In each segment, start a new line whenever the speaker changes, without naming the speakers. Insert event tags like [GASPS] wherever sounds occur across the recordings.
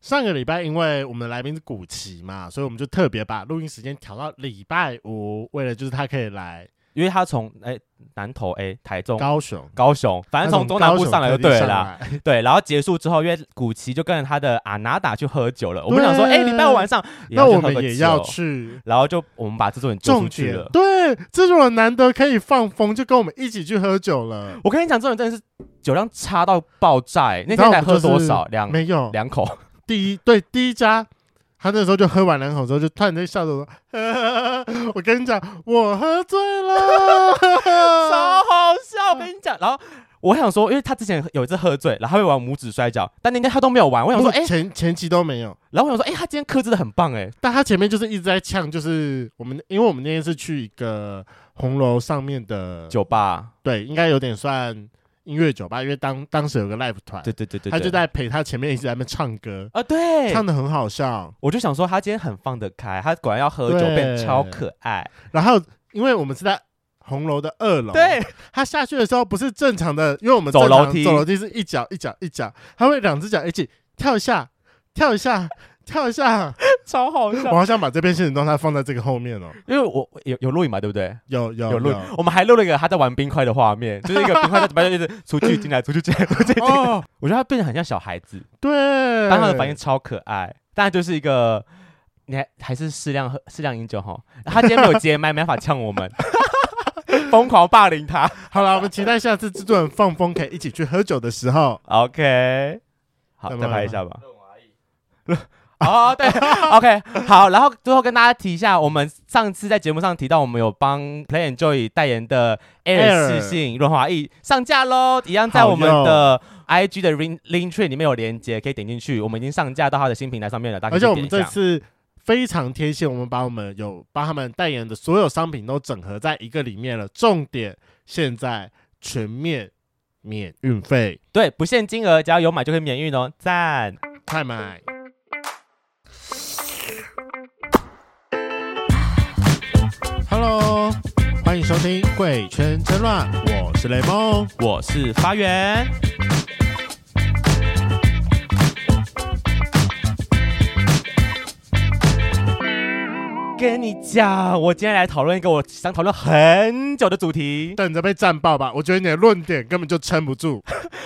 上个礼拜因为我们的来宾是古奇嘛，所以我们就特别把录音时间调到礼拜五，为了就是他可以来
因为他从哎、南投哎、台中
高雄，
高雄，反正从中南部上来就对了啦。对，然后结束之后，因为古奇就跟着他的阿拿达去喝酒了。我们想说，哎、
对
礼拜五晚上也
那
要去
我
喝
们
个
也要
酒
去。
然后就我们把制作人揪
重
出去
点
了。
对，这种人难得可以放风，就跟我们一起去喝酒了。
我跟你讲，这种人真的是酒量差到爆炸、欸，那天才喝多少？两
没有，
两口，
第一对第一家，他那时候就喝完两口之后，就突然间笑着说呵呵呵：“我跟你讲，我喝醉了。啊
超好笑！我跟你讲，然后。我想说，因为他之前有一次喝醉，然后他会玩拇指摔跤，但那天他都没有玩。”我想说，哎、
前前期都没有，
然后我想说，哎、他今天克制的很棒、哎，
但他前面就是一直在呛，就是我们，因为我们那天是去一个红楼上面的，
酒吧，
对，应该有点算音乐酒吧，因为当当时有个 live 团，
对对对对，
他
对
就在陪他前面一直在那边唱歌，
啊，对，
唱的很好笑。
我就想说他今天很放得开，他果然要喝酒
对
变超可爱，
然后因为我们是在红楼的二楼，
对， [LAUGHS]
他下去的时候不是正常的，因为我们
走
正常
楼梯
走楼梯是一脚一脚一脚，他会两只脚一起跳一下，跳一下，跳一
[LAUGHS]
下。
超好
我。好想把这边现实动态放在这个后面哦，
因为我有有录影嘛，对不对？
有有
有录，我们还录了一个他在玩冰块的画面，就是一个冰块在怎么样，就是出去进来，出去进来，出去进来。
哦，
[LAUGHS] 我觉得他变得很像小孩子，
对，
但他的反应超可爱，但就是一个。你还还是适量喝适量饮酒哈，他今天没有接麦，没办法呛我 [LAUGHS] 们，疯狂霸凌他。
好了，我们期待下次制作人放风可以一起去喝酒的时候，
OK，好，
再
再
慢
拍一
慢
下吧。 [LAUGHS] 哦，对，OK，好，然后最后跟大家提一下，我们上次在节目上提到，我们有帮 Play and Joy 代言的 Air
Air
试性润滑液上架喽，一样在
好
我们
用
的 IG 的 Link Link Tree 里面有连接，可以点进去。我们已经上架到它的新平台上面了，大家
而
可以
且我
点
们
一
这
下
次。非常贴心，我们把我们有帮他们代言的所有商品都整合在一个里面了。重点现在全面免运费，
对不限金额，只要有买就可以免运哦，赞。
快买！Hello，欢迎收听《贵圈争乱》，我是雷梦。
我是发源。跟你讲，我今天来讨论一个我想讨论很久的主题。
等着被战爆吧！我觉得你的论点根本就撑不住，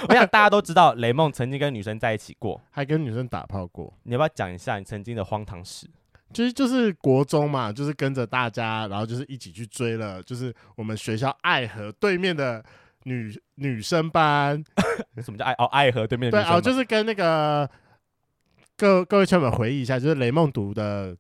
我想大家都知道，雷梦曾经跟女生在一起过。
还跟女生打炮过。
你要不要讲一下你曾经的荒唐史？
其实就是国中嘛，就是跟着大家，然后就是一起去追了，就是我们学校爱河对面的女女生班，
什么叫爱哦？爱河对面
嗯
的
对
女生
啊，
吗？
就是跟那个各各位圈们回忆一下，就是雷梦读的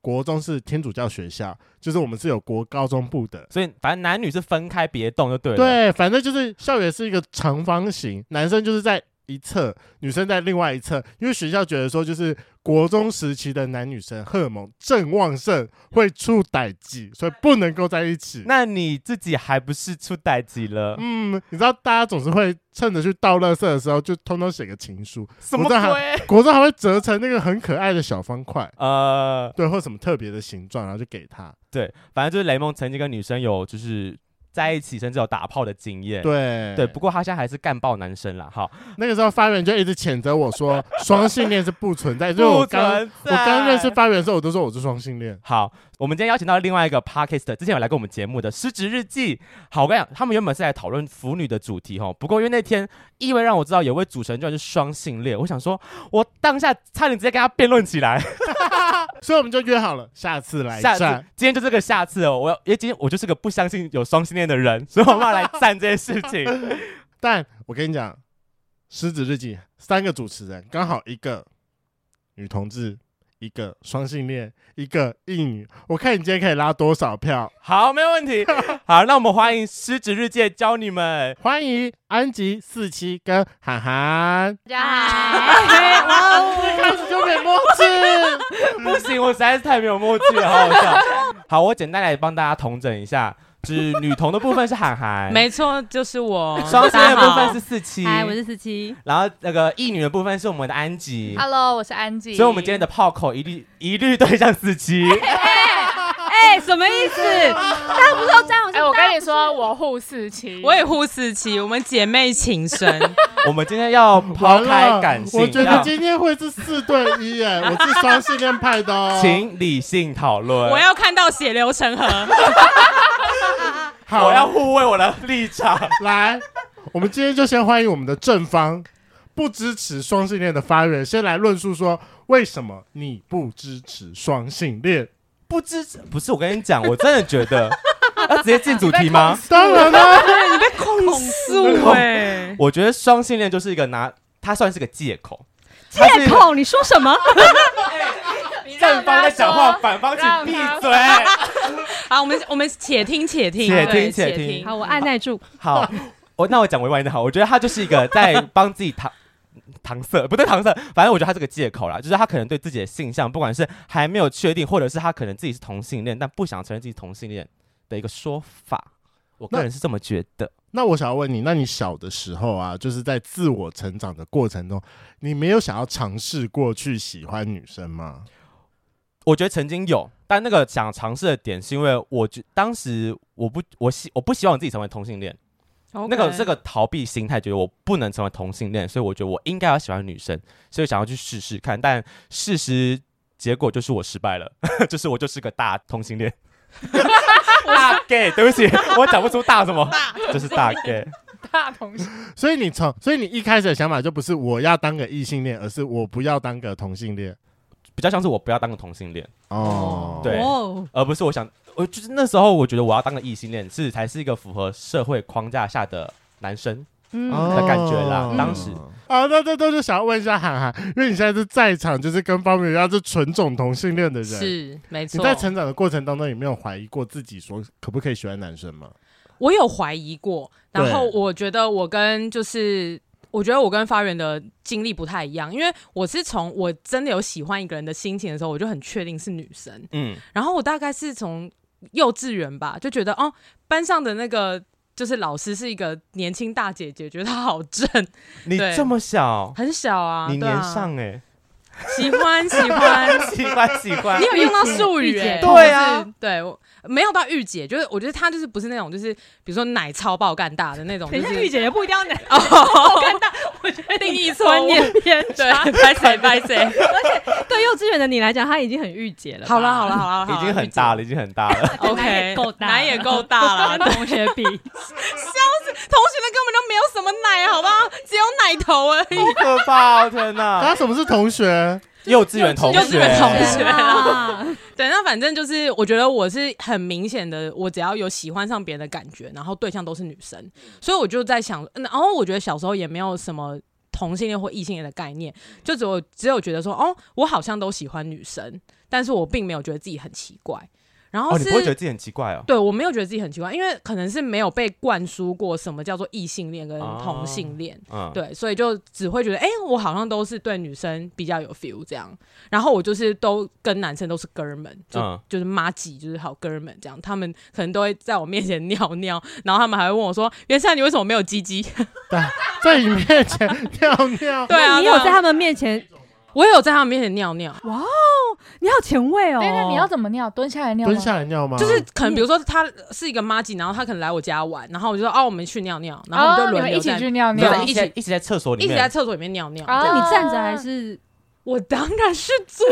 国中是天主教学校，就是我们是有国高中部的。
所以反正男女是分开别动就对了。，
对，啊反正就是校园是一个长方形，男生就是在一侧，女生在另外一侧，因为学校觉得说，就是国中时期的男女生荷尔蒙正旺盛，会出歹计，所以不能够在一起。
那你自己还不是出代级了？
嗯，你知道大家总是会趁着去倒垃圾的时候，就通通写个情书，
什么
我在喊
鬼？
国中还会折成那个很可爱的小方块，
呃，
对，或什么特别的形状，然后就给他。
对，反正就是雷蒙曾经跟女生有就是在一起，甚至有打炮的经验。
对
对，不过他现在还是干爆男生啦。好，
那个时候发源就一直谴责我说，双性恋是 [LAUGHS] 不存在，因为我
不
刚
存
我刚认识
在。
发源的时候，我都说我是双性恋。
好，我们今天邀请到另外一个 podcast，之前有来过我们节目的《失职日记》。好，我跟你讲，他们原本是来讨论腐女的主题哦，不过因为那天意外让我知道有位主持人居然是双性恋，我想说，我当下差点直接跟他辩论起来。
所以我们就约好了，下次来
下次
战。
今天就这个下次哦，我要，因为今天我就是个不相信有双性恋的人，所以我们要来站这件事情。
但我跟你讲，《狮子日记》三个主持人刚好一个女同志，一个双性恋，一个异女。我看你今天可以拉多少票？
好，没有问题。好，那我们欢迎失职日记教你们。
欢迎安吉四七跟涵涵。
大家好，
开始就没默 [LAUGHS] 契。
不行，我实在是太没有默契了，好好笑。
[LAUGHS]
好，我简单来帮大家统整一下，就是女童的部分是涵涵，
没错，就是我。
双性恋的部分
是，
是四七，
嗨，我是十七。
然后那个异女的部分是我们的安吉。
Hello，我是安吉。
[LAUGHS]
所以，我们今天的炮口一律一律对向四七。
哎、
哎，什么意思？大家不是都这样？
哎、我跟你说，我护士期，
我也护士期，我们姐妹情深。
我们今天要抛
完
开
了，
感性，啊
我觉得
要
今天会是四对一耶，我是双性恋派的哦。
请理性讨论。
我要看到血流成河。
好，
我要护卫我的立场。
[LAUGHS] 来，我们今天就先欢迎我们的正方，不支持双性恋的发言人，先来论述说为什么你不支持双性恋。
不支持，不是我跟你讲，我真的觉
[LAUGHS]
得要直接进主题吗？
当然啦、
对你被控诉
[LAUGHS]
哎，
我觉得双性恋就是一个拿，它算是个借口。
借口，你说什么？
你让
正方在讲
他
话，
说，
反方请
让
闭
他
嘴。
好，我们我们且听且听，
且
对
听且听
好，我按耐住。
好，我那我讲委婉一点好，我觉得他就是一个在帮自己搪搪塞，不对搪塞，反正我觉得他是个借口啦，就是他可能对自己的性向，不管是还没有确定，或者是他可能自己是同性恋，但不想承认自己同性恋的一个说法。我个人是这么觉得。
[LAUGHS] 那我想要问你，那你小的时候啊，就是在自我成长的过程中，你没有想要尝试过去喜欢女生吗？
我觉得曾经有，但那个想尝试的点是因为我觉当时我不我希我不希望自己成为同性恋，那个这
个
个逃避心态，觉得我不能成为同性恋，所以我觉得我应该要喜欢女生，所以想要去试试看，但事实结果就是我失败了， [LAUGHS] 就是我就是个大同性
[LAUGHS]
恋。大 gay，对不起，我讲不出大什么，就是
[LAUGHS]
大 gay。
大同学，
所以你从，所以你一开始的想法就不是我要当个异性恋，而是我不要当个同性恋。
比较像是我不要当个同性恋，
哦，
对
哦，
而不是我想，我就是那时候我觉得我要当个异性恋，是才是一个符合社会框架下的男生。
嗯，
哦
的感觉啦
嗯
当时
啊，那那那就想要问一下涵涵，因为你现在是在场，就是跟方明一样是纯种同性恋的人，
是没
你
错。
在成长的过程当中，有没有怀疑过自己说可不可以喜欢男生吗？
我有怀疑过，然后
对
我觉得我跟就是。我觉得我跟发源的经历不太一样，因为我是从我真的有喜欢一个人的心情的时候，我就很确定是女生。
嗯，
然后我大概是从幼稚园吧，就觉得哦，班上的那个就是老师是一个年轻大姐姐，觉得她好正， [LAUGHS]
你
对
这么小，
很小啊，
你
对啊
年上哎、
喜欢喜
[LAUGHS]
欢，
喜欢喜欢
[LAUGHS] 你，有用到术语、
御姐
欸？
对啊
或是，对，我没有到御姐，就是我觉得她就是不是那种就是比如说奶超爆干大的那种，
等一下，
[LAUGHS]
就是
玉姐也不一定要男，
哦，
我觉得
定义错误
观念偏差。
对， [LAUGHS] 拍谁拍谁。
对幼稚园的你来讲，他已经很御姐了吧。
[LAUGHS] 好了好了好了，
已经很大
了。
了，已经很大
[LAUGHS]
了。
奶
，OK，
也够大
奶也够大了。
跟同学比，
[LAUGHS] 同学们根本都没有什么奶，好不好？只有奶头而已。
好可怕、哦！天哪，
他什么是同学？
幼稚园
[LAUGHS]
同学，
幼稚园同学
啊，
对，那反正就是，我觉得我是很明显的，我只要有喜欢上别人的感觉，然后对象都是女生，所以我就在想，嗯然后我觉得小时候也没有什么同性恋或异性恋的概念，就只有只有觉得说，哦，我好像都喜欢女生，但是我并没有觉得自己很奇怪。然后
哦，
是、
你不会觉得自己很奇怪哦？
对我没有觉得自己很奇怪，因为可能是没有被灌输过什么叫做异性恋跟
哦
同性恋。
嗯，
对，所以就只会觉得，哎、我好像都是对女生比较有 feel 这样，然后我就是都跟男生都是哥们，就、
嗯
就是妈几，就是好哥们这样，他们可能都会在我面前尿尿，然后他们还会问我说，袁善你为什么没有鸡鸡？，
在你面前 [LAUGHS] 尿尿
对啊，
你
对啊
有在他们面前，
我有在他们面前尿尿，
哇哦，你好前卫哦。
对，那你要怎么尿？蹲下来尿吗？
蹲下来尿吗？
就是可能比如说他是一个妈几，然后他可能来我家玩，然后我就说，哦，我们去尿尿，然后我
哦，
们
你
就轮
们
流
一起
在、
去尿
没有
尿，
一直在一直在厕所里
一起在
面，
厕所里面尿尿。
啊
那哦你站着还是？
我当然是坐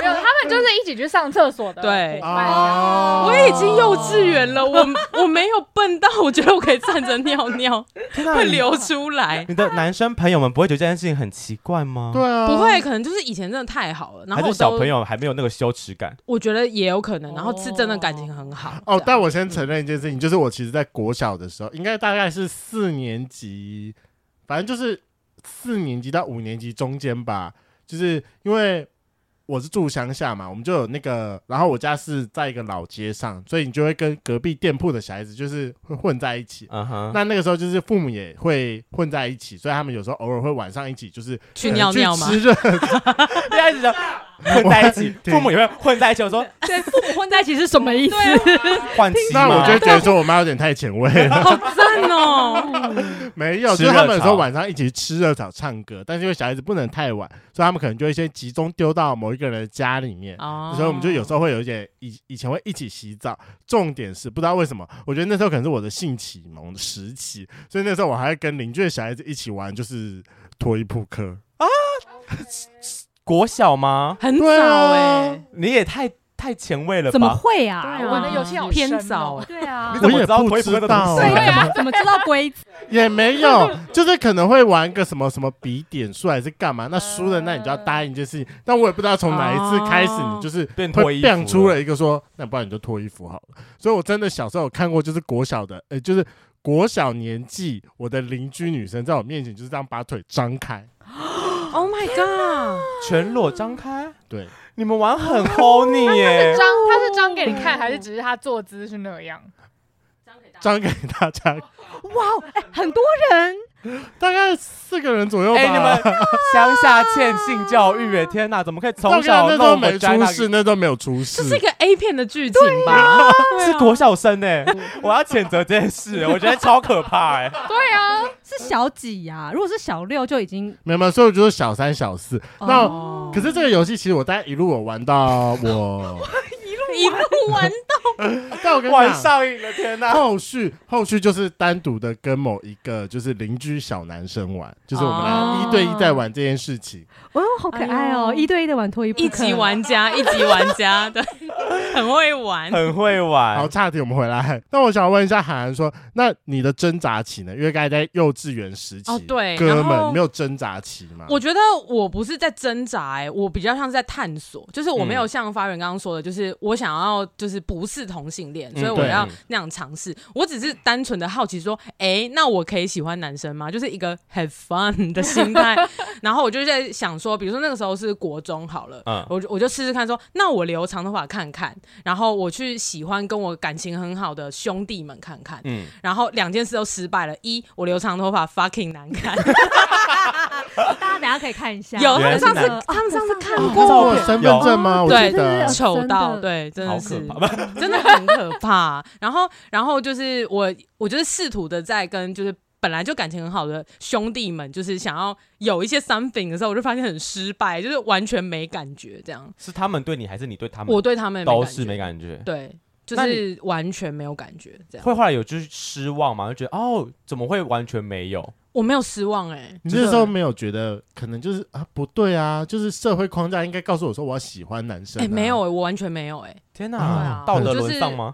没有，他们就是一起去上厕所的。
对
哦，
我已经幼稚园了，我我没有笨到我觉得我可以站着尿
[LAUGHS]
尿
天哪
会
你
流出来，
嗯
你的男生朋友们不会觉得这件事情很奇怪吗？
对，啊，
不会，可能就是以前真的太好了，然
还
后
是小
我
朋
友，
友还没有那个羞耻感？
我觉得也有可能，然后是真的感情很好
哦，
这样
但我先承认一件事情，就是我其实，在国小的时候，应该大概是四年级，反正就是四年级到五年级中间吧。就是因为我是住乡下嘛，我们就有那个，然后我家是在一个老街上，所以你就会跟隔壁店铺的小孩子就是会混在一
啊
起。[LAUGHS]
嗯哼，
那那个时候就是父母也会混在一起，所以他们有时候偶尔会晚上一起就是
去尿尿
嘛
嘛，，
吃热
一开始就混在一 [LAUGHS] 起，
对
父母也会混在一起。我说
对，父母混在一起是什么意思？
啊
换妻
[LAUGHS] 那我
嘛
就觉得说我妈有点太前卫了，
好赞
[LAUGHS]
哦！
没有，
吃
就是他们
热
有时
炒
候晚上一起吃热炒、唱歌，但是因为小孩子不能太晚，所以他们可能就会先集中丢到某一个人的家里面。
哦
所以我们就有时候会有一点以以前会一起洗澡，重点是不知道为什么，我觉得那时候可能是我的性启蒙的时期，所以那时候我还会跟邻居的小孩子一起玩，就是脱衣扑克。
国小吗？
很
对
早欸
啊
哎，
你也太太前卫了
怎么
吧？
会啊？
对啊
玩的游
[LAUGHS]
戏好
偏
深哦
早欸
对啊
你，
我
怎么
也
知道
不
推不推
知
得
道
动
欸，
对啊，
怎么知道规则？
也没有，就是可能会玩个什么什么比点数还是干嘛，那输了那你就要答应一件事情，但我也不知道从哪一次开始
哦
你就是
变脱
会
衣服
变出
了
了一个说，那不然你就脱衣服好了。所以我真的小时候有看过，就是国小的，呃，就是国小年纪，我的邻居女生在我面前就是这样把腿张开，
，Oh my god！
全裸张开，
对，
你们玩很 horny 耶！
张他是张给你看，还是只是他坐姿是那样？
张给大家，
哇，哎，很多人
大概四个人左右吧。
哎，你们乡下欠性教育耶！天哪，怎么可以从
大概
小
那时候
弄
没
vagina
出事，那时候没有出事
这。是一个 A 片的剧情
啊
吧？
是国小生哎，我要谴责这件事，欸我觉得超可怕 [LAUGHS] 哎。
对啊，
是小几呀？如果是小六就已经
没有没有，所以我就说小三小四。那、
哦
可是这个游戏其实我大概一路我玩到
[LAUGHS]
我，
一路
[LAUGHS]
玩
但我跟你
玩
讲，
上瘾了，天哪！
后续后续就是单独的跟某一个就是邻居小男生玩，就是我们
哦
来一对一在玩这件事情。
哇，好可爱哦！
哎呦
一对一的玩脱衣扑克，
一级玩家，一级玩家，
[LAUGHS]
对，很会玩。
很会玩
好，，差题我们回来。那我想问一下韩寒说，那你的挣扎期呢？因为刚才在幼稚园时期，
哦对
哥
然
们，
后
你没有挣扎期
啊
吗？
我觉得我不是在挣扎、欸，我比较像是在探索，就是我没
嗯
有像发源刚刚说的，就是我想要就是不是同性恋，
嗯
所以我要
对
那样尝试。我只是单纯的好奇说，哎、那我可以喜欢男生吗？就是一个 have fun 的
[LAUGHS]
心态。然后我就在想说，比如说那个时候是国中好了，
嗯
我就我就试试看说，那我留长头发看看，然后我去喜欢跟我感情很好的兄弟们看看，
嗯，
然后两件事都失败了，一我留长头发 fucking 难看。
大家等一下可以看一下。
有，他
原来
们
是
上次
男
的
他们上次看
你
过
看到我
片
身份证吗？
有
我
对
记
真
得
[LAUGHS] 的
丑
真
到，
的
对，真
好
的
可
是，
怕。
[LAUGHS] 真的很可怕。然后，然后就是我，我就是试图的在跟就是。本来就感情很好的兄弟们，就是想要有一些 something 的时候，我就发现很失败，就是完全没感觉。这样，
是他们对你，还是你对他们？
我对他们也
都
感
是
觉
没感觉。
对，啊就
那
是完全没有感觉。这样，
会后来有就是失望嘛，就觉得哦，怎么会完全没有？
我没有失望哎、
你
真的
那时候没有觉得可能就是啊不对啊，就是社会框架应该告诉我说我要喜欢男生、
哎、
啊
没有、欸，我完全没有哎、
天
啊
哪，道德
我就是
沦丧吗？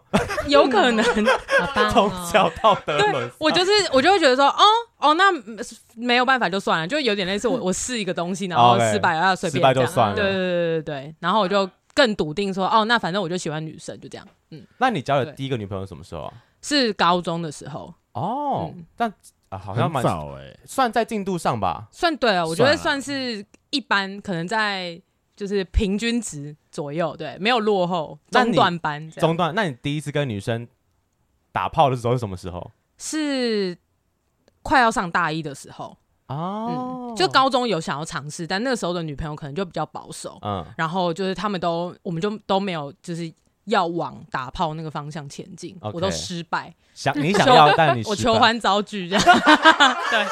有可能
好棒哦
从小道德沦丧。
我就是我就会觉得说，哦哦，那嗯没有办法就算了，就有点
[LAUGHS]
类似我我试一个东西，然后
哦 OK，
失败了要随
失
便
败
这
就
样
算
对对
了。
对对对，然后我就更笃定说，哦，那反正我就喜欢女生，就这样。嗯，
那你交的
对
第一个女朋友什么时候啊？
是高中的时候，
哦
嗯，
但啊，好像
很
蛮
早哎、
算在进度上吧。
算对了，我觉得
算
算是一般，可能在就是平均值左右，对，没有落后，
那
中
你
段班这样
中段，那你第一次跟女生打炮的时候是什么时候？
是快要上大一的时候，嗯
哦，
就高中有想要尝试，但那个时候的女朋友可能就比较保守，
嗯
然后就是他们都，我们就都没有就是要往打炮那个方向前进
OK
我都失败， [LAUGHS]
想你想要，但你
我
失
求
败
欢遭拒这样。 [LAUGHS] 对，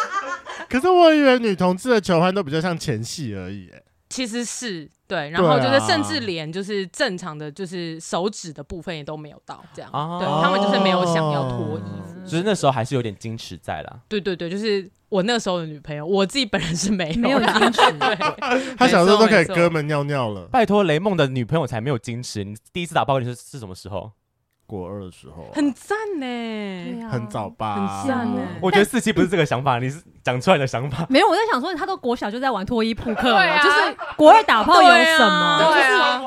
可是我以为女同志的求欢都比较像前戏而已、欸，
其实是对，然后就是
对啊
甚至连就是正常的就是手指的部分也都没有到这样，
哦
对他们就是没有想要脱衣服。
只是那时候还是有点矜持在啦。
对对对，就是我那时候的女朋友，我自己本人是没有
没有
的。
矜持，
对，
她小时候都可以
没错
哥们尿尿了。
拜托，雷梦的女朋友才没有矜持。你第一次打炮你是是什么时候？
国二的时候啊、
很赞呢、
对啊
很早吧，
很像欸
啊
我觉得四期不是这个想法，你是讲出来的想
嗯
法。
没有，我在想说，他都国小就在玩脱衣扑克
对
了，
啊
就是国二打炮有什么？
对啊，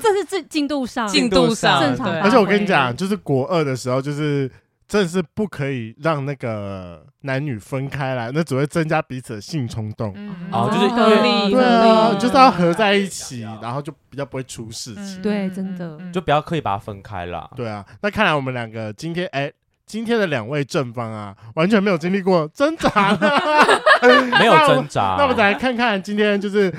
这是进进度上，
进度上
正常
对
而且我跟你讲，就是国二的时候，就是真的是不可以让那个男女分开来，那只会增加彼此的性冲动。
嗯
哦就是
合理
对啊，
合
你
理
就是要合在一起，然后就比较不会出事情。
对真的
就不要刻意把它分开啦。
对啊，那看来我们两个今天哎。今天的两位正方啊，完全没有经历过挣扎。
没有挣扎。
那我们再来看看今天就是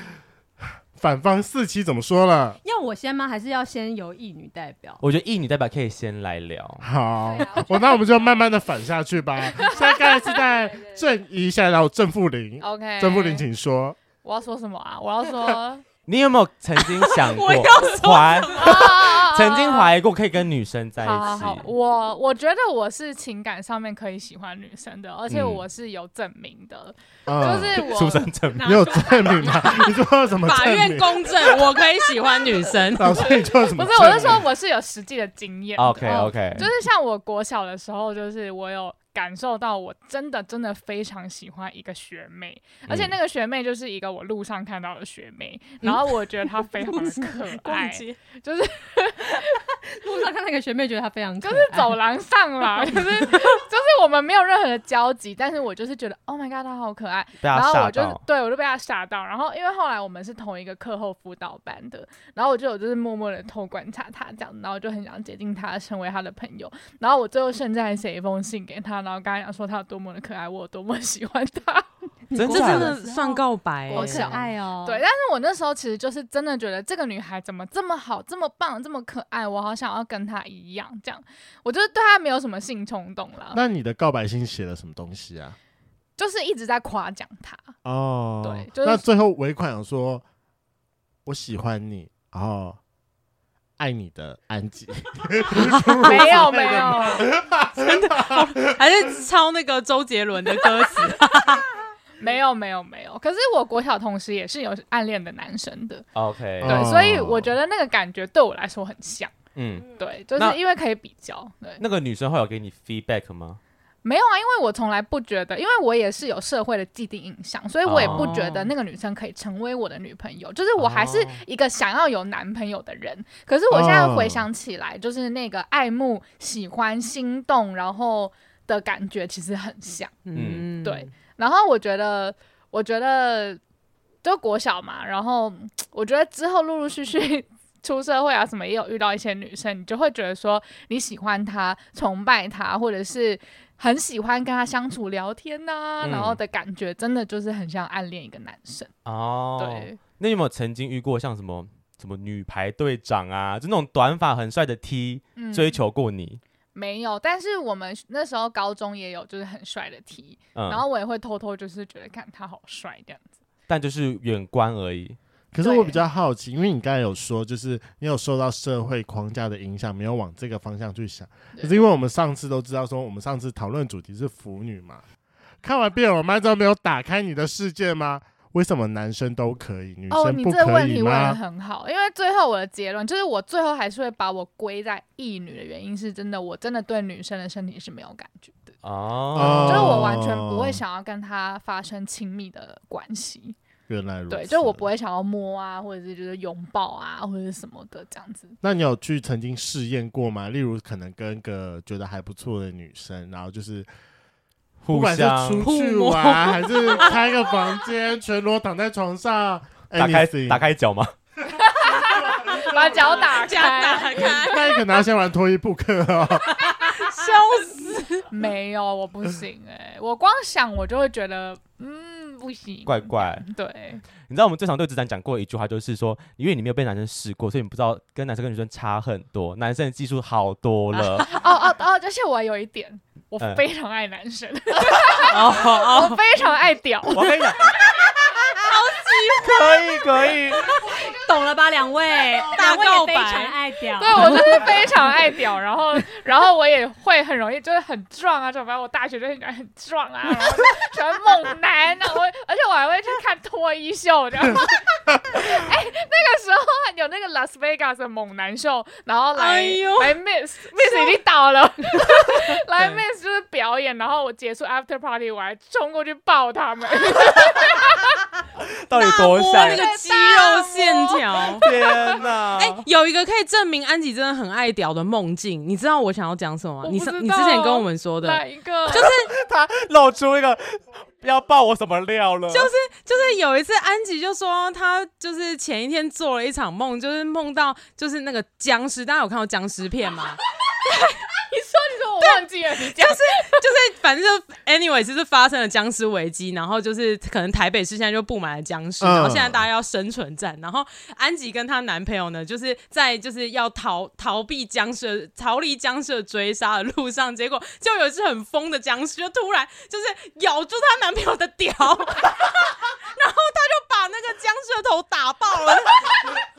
反方四期怎么说了？
要我先吗？还是要先由一女代表？
我觉得异女代表可以先来聊。
好，我那我们就慢慢的反下去
[LAUGHS]
吧。现在刚才是在正一，现在到正负零，
[LAUGHS] OK，
正负零，请说。
我要说什么啊？我要说，
你有没有曾经想
[LAUGHS]
过
我要说
怀曾
曾
经怀疑过可以跟女生在一起？
好好好，我我觉得我是情感上面可以喜欢女生的，而且
嗯
我是有证明的，
嗯
就是我
出生证明。
你有证明吗？你说什么
法
证
院
明？。
公正，我可以喜欢女生
[LAUGHS] 老师，你说什
不
么证明？
是，我是说我是有实际的经验的。
OK OK，
就是像我国小的时候，就是我有感受到我真的真的非常喜欢一个学妹，而且那个学妹就是一个我路上看到的学妹，然后我觉得她非常的可
[LAUGHS]
爱，就是
路上看那个学妹，觉得她非常
就是走廊上啦， [LAUGHS] 就是就是我们没有任何的交集，但是我就是觉得 Oh my god，她好可爱，
被
然
他
后
吓
我就是
到。
对我就被她吓到，然后因为后来我们是同一个课后辅导班的，然后我就有就是默默的偷观察她这样，然后就很想接近她，成为她的朋友，然后我最后甚至还写一封信给她，然后跟她讲说她有多么的可爱，我有多么喜欢 [LAUGHS] 她。
真
这
假的
真的算告白、
我
好
欸，
可爱哦。
对，但是我那时候其实就是真的觉得这个女孩怎么这么好，这么棒，这么可爱，我好想要跟她一样这样，我就是对她没有什么性冲动了，
那你的告白信写了什么东西啊？
就是一直在夸奖她。
哦，
对就是
那最后尾款有说我喜欢你，然后爱你的安吉，
[LAUGHS] 没 [LAUGHS] 有没有
还是抄那个周杰伦的歌词。
没有没有没有，可是我国小同时也是有暗恋的男生的，
OK，
对，
哦
所以我觉得那个感觉对我来说很像，
嗯，
对，就
那
是因为可以比较，对，
那个女生会有给你 feedback 吗？
没有啊，因为我从来不觉得，因为我也是有社会的既定印象，所以我也不觉得那个女生可以成为我的女朋友。就是我还是一个想要有男朋友的人。可是我现在回想起来，就是那个爱慕、喜欢、心动，然后的感觉其实很像。
嗯
嗯，
对，然后我觉得，我觉得就国小嘛，然后嗯我觉得之后陆陆续续出社会啊什么，也有遇到一些女生，你就会觉得说你喜欢她、崇拜她，或者是很喜欢跟她相处、聊天呐、
嗯
然后的感觉，真的就是很像暗恋一个男生。
哦，
对，
那你有没有曾经遇过像什么什么女排队长啊，就那种短发很帅的 T
嗯
追求过你？
没有，但是我们那时候高中也有就是很帅的 T，、
嗯，
然后我也会偷偷就是觉得看他好帅这样子。
但就是远观而已。
可是我比较好奇，因为你刚才有说，就是你有受到社会框架的影响，没有往这个方向去想。可是因为我们上次都知道说，我们上次讨论主题是腐女嘛，看完《变我妈之后没有打开你的世界吗？为什么男生都可以，女
哦，
生
你
不
这个
可
问题
以
问的
吗？
很好，因为最后我的结论就是，我最后还是会把我归在异女的原因是真的，我真的对女生的身体是没有感觉的，
哦，
就是我完全不
哦
会想要跟她发生亲密的关系，
原来如此。
对，就是我不。会想要摸啊，或者是就是拥抱啊，或者是什么的这样子。
那你有去曾经试验过吗？例如，可能跟个觉得还不错的女生，然后就是不
互
管是
相
出去玩，还是开个房间，全裸躺在床上，
[LAUGHS] 打开
anything
打开脚吗？
把脚
[LAUGHS]
打
家
开，
打开，
那你可能要先玩脱衣布课哦。
笑死！
没有，我不行哎、我光想我就会觉得，嗯，不行，
怪怪。
对，
你知道我们最常对直男讲过一句话，就是说，因为你没有被男生试过，所以你不知道跟男生跟女生差很多，男生的技术好多了。
哦哦哦，而且我还有一点，我
嗯
非常爱男生，
[LAUGHS] 哦哦，
[LAUGHS] 我非常爱屌。
我跟你讲，可以可以，
懂了吧， [LAUGHS] 两位？
大
两位也
告白
非常爱屌
对。我就是非常爱屌，然后然后我也会很容易就是很壮啊，怎么办？我大学就很喜欢很壮啊，然后喜欢猛男啊，我而且我还会去看脱衣秀这样 [LAUGHS] 子。哎、哎那个时候有那个 Las Vegas 的猛男秀，然后来、
哎呦
来 Miss Miss 已经倒
[LAUGHS]
了，来 Miss 就是表演，然后我结束 After Party 我还冲过去抱他们，
到底多吓
那 [LAUGHS]
人？
个肌肉线条。
天哪！
哎、 [LAUGHS] 有一个可以证明安吉真的很爱屌的梦境，你知道我想要讲什么吗？
我
你
不
上
知
你之前
道
跟我们说的，
哪一个？
就是
他露出一个要爆我什么料了？
就是就是有一次，安吉就说他就是前一天做了一场梦，就是梦到就是那个僵尸，大家有看过僵尸片吗？
你说你说我忘记了你讲，
就是反正就 anyway，就是发生了僵尸危机，然后就是可能台北市现在就布满了僵尸，
嗯
然后现在大家要生存战，然后安吉跟她男朋友呢，就是在就是要逃逃避僵尸的逃离僵尸的追杀的路上，结果就有一只很疯的僵尸就突然就是咬住她男朋友的屌， [LAUGHS] 然后她就把那个僵尸的头打爆了，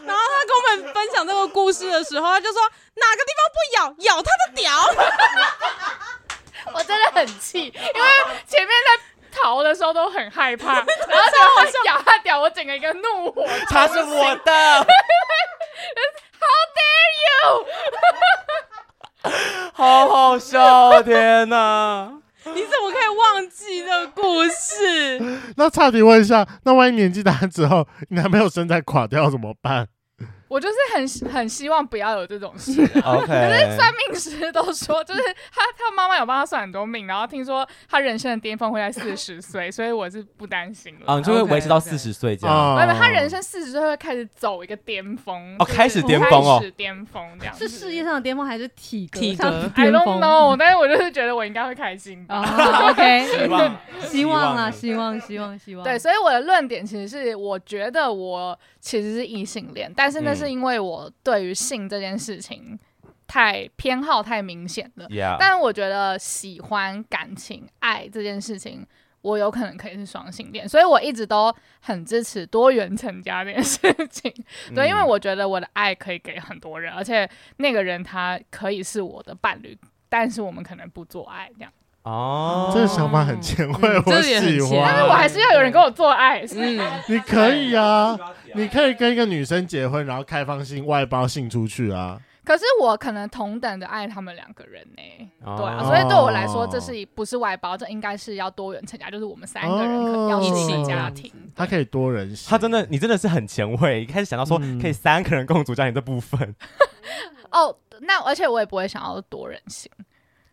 然后她跟我们分享这个故事的时候，她就说哪个地方不咬，咬她的屌。
我真的很气，因为前面在逃的时候都很害 [LAUGHS] 怕，然后他好咬他屌，我整个一个怒火。
他是我的，
How dare you！
好好笑，天哪！
你怎么可以忘记这个故事？
[LAUGHS] 那差题问一下，那万一年纪大之后，你男朋友身材垮掉怎么办？
我就是很很希望不要有这种
[LAUGHS]
事。可是
OK，
算命师都说，就是他他妈妈有帮他算很多命，然后听说他人生的巅峰会在四
[LAUGHS]
十岁，所以我是不担心了。
啊，你就会维持到
OK，OK
四十岁这
啊，
样。
没有，他人生四十岁会开始走一个巅峰
哦
就是
开始巅峰哦
开始巅峰这样子
是事业上的巅峰还是体格
体
上
格
的
I
巅
don't
峰
know，但是我就是觉得我应该会开心吧。
啊
希
[LAUGHS]
[LAUGHS]
，OK，
望，
希望啊，
希
希望，希望，希望。 [LAUGHS]
对，，所以我的论点其实是，我觉得我其实是异性恋，但是那是因为我对于性这件事情太偏好太明显了。
Yeah，
但我觉得喜欢、感情、爱这件事情，我有可能可以是双性恋，所以我一直都很支持多元成家这件事情。
嗯
对，因为我觉得我的爱可以给很多人，而且那个人他可以是我的伴侣，但是我们可能不做爱这样，
哦，
这个想法很前卫，
嗯
我
这也很
喜
前卫
欢。
但是我还是要有人跟我做爱。是
嗯，
你可以啊，你可以跟一个女生结婚，然后开放性外包性出去啊。
可是我可能同等的爱他们两个人呢、
哦
对啊，所以对我来说，这是一不是外包，这应该是要多元成家，就是我们三个人可能要
哦
是一个家庭。
她可以多人性，
他真的，你真的是很前卫，一开始想到说
嗯
可以三个人共组家庭这部分，
哦，那而且我也不会想要多人性，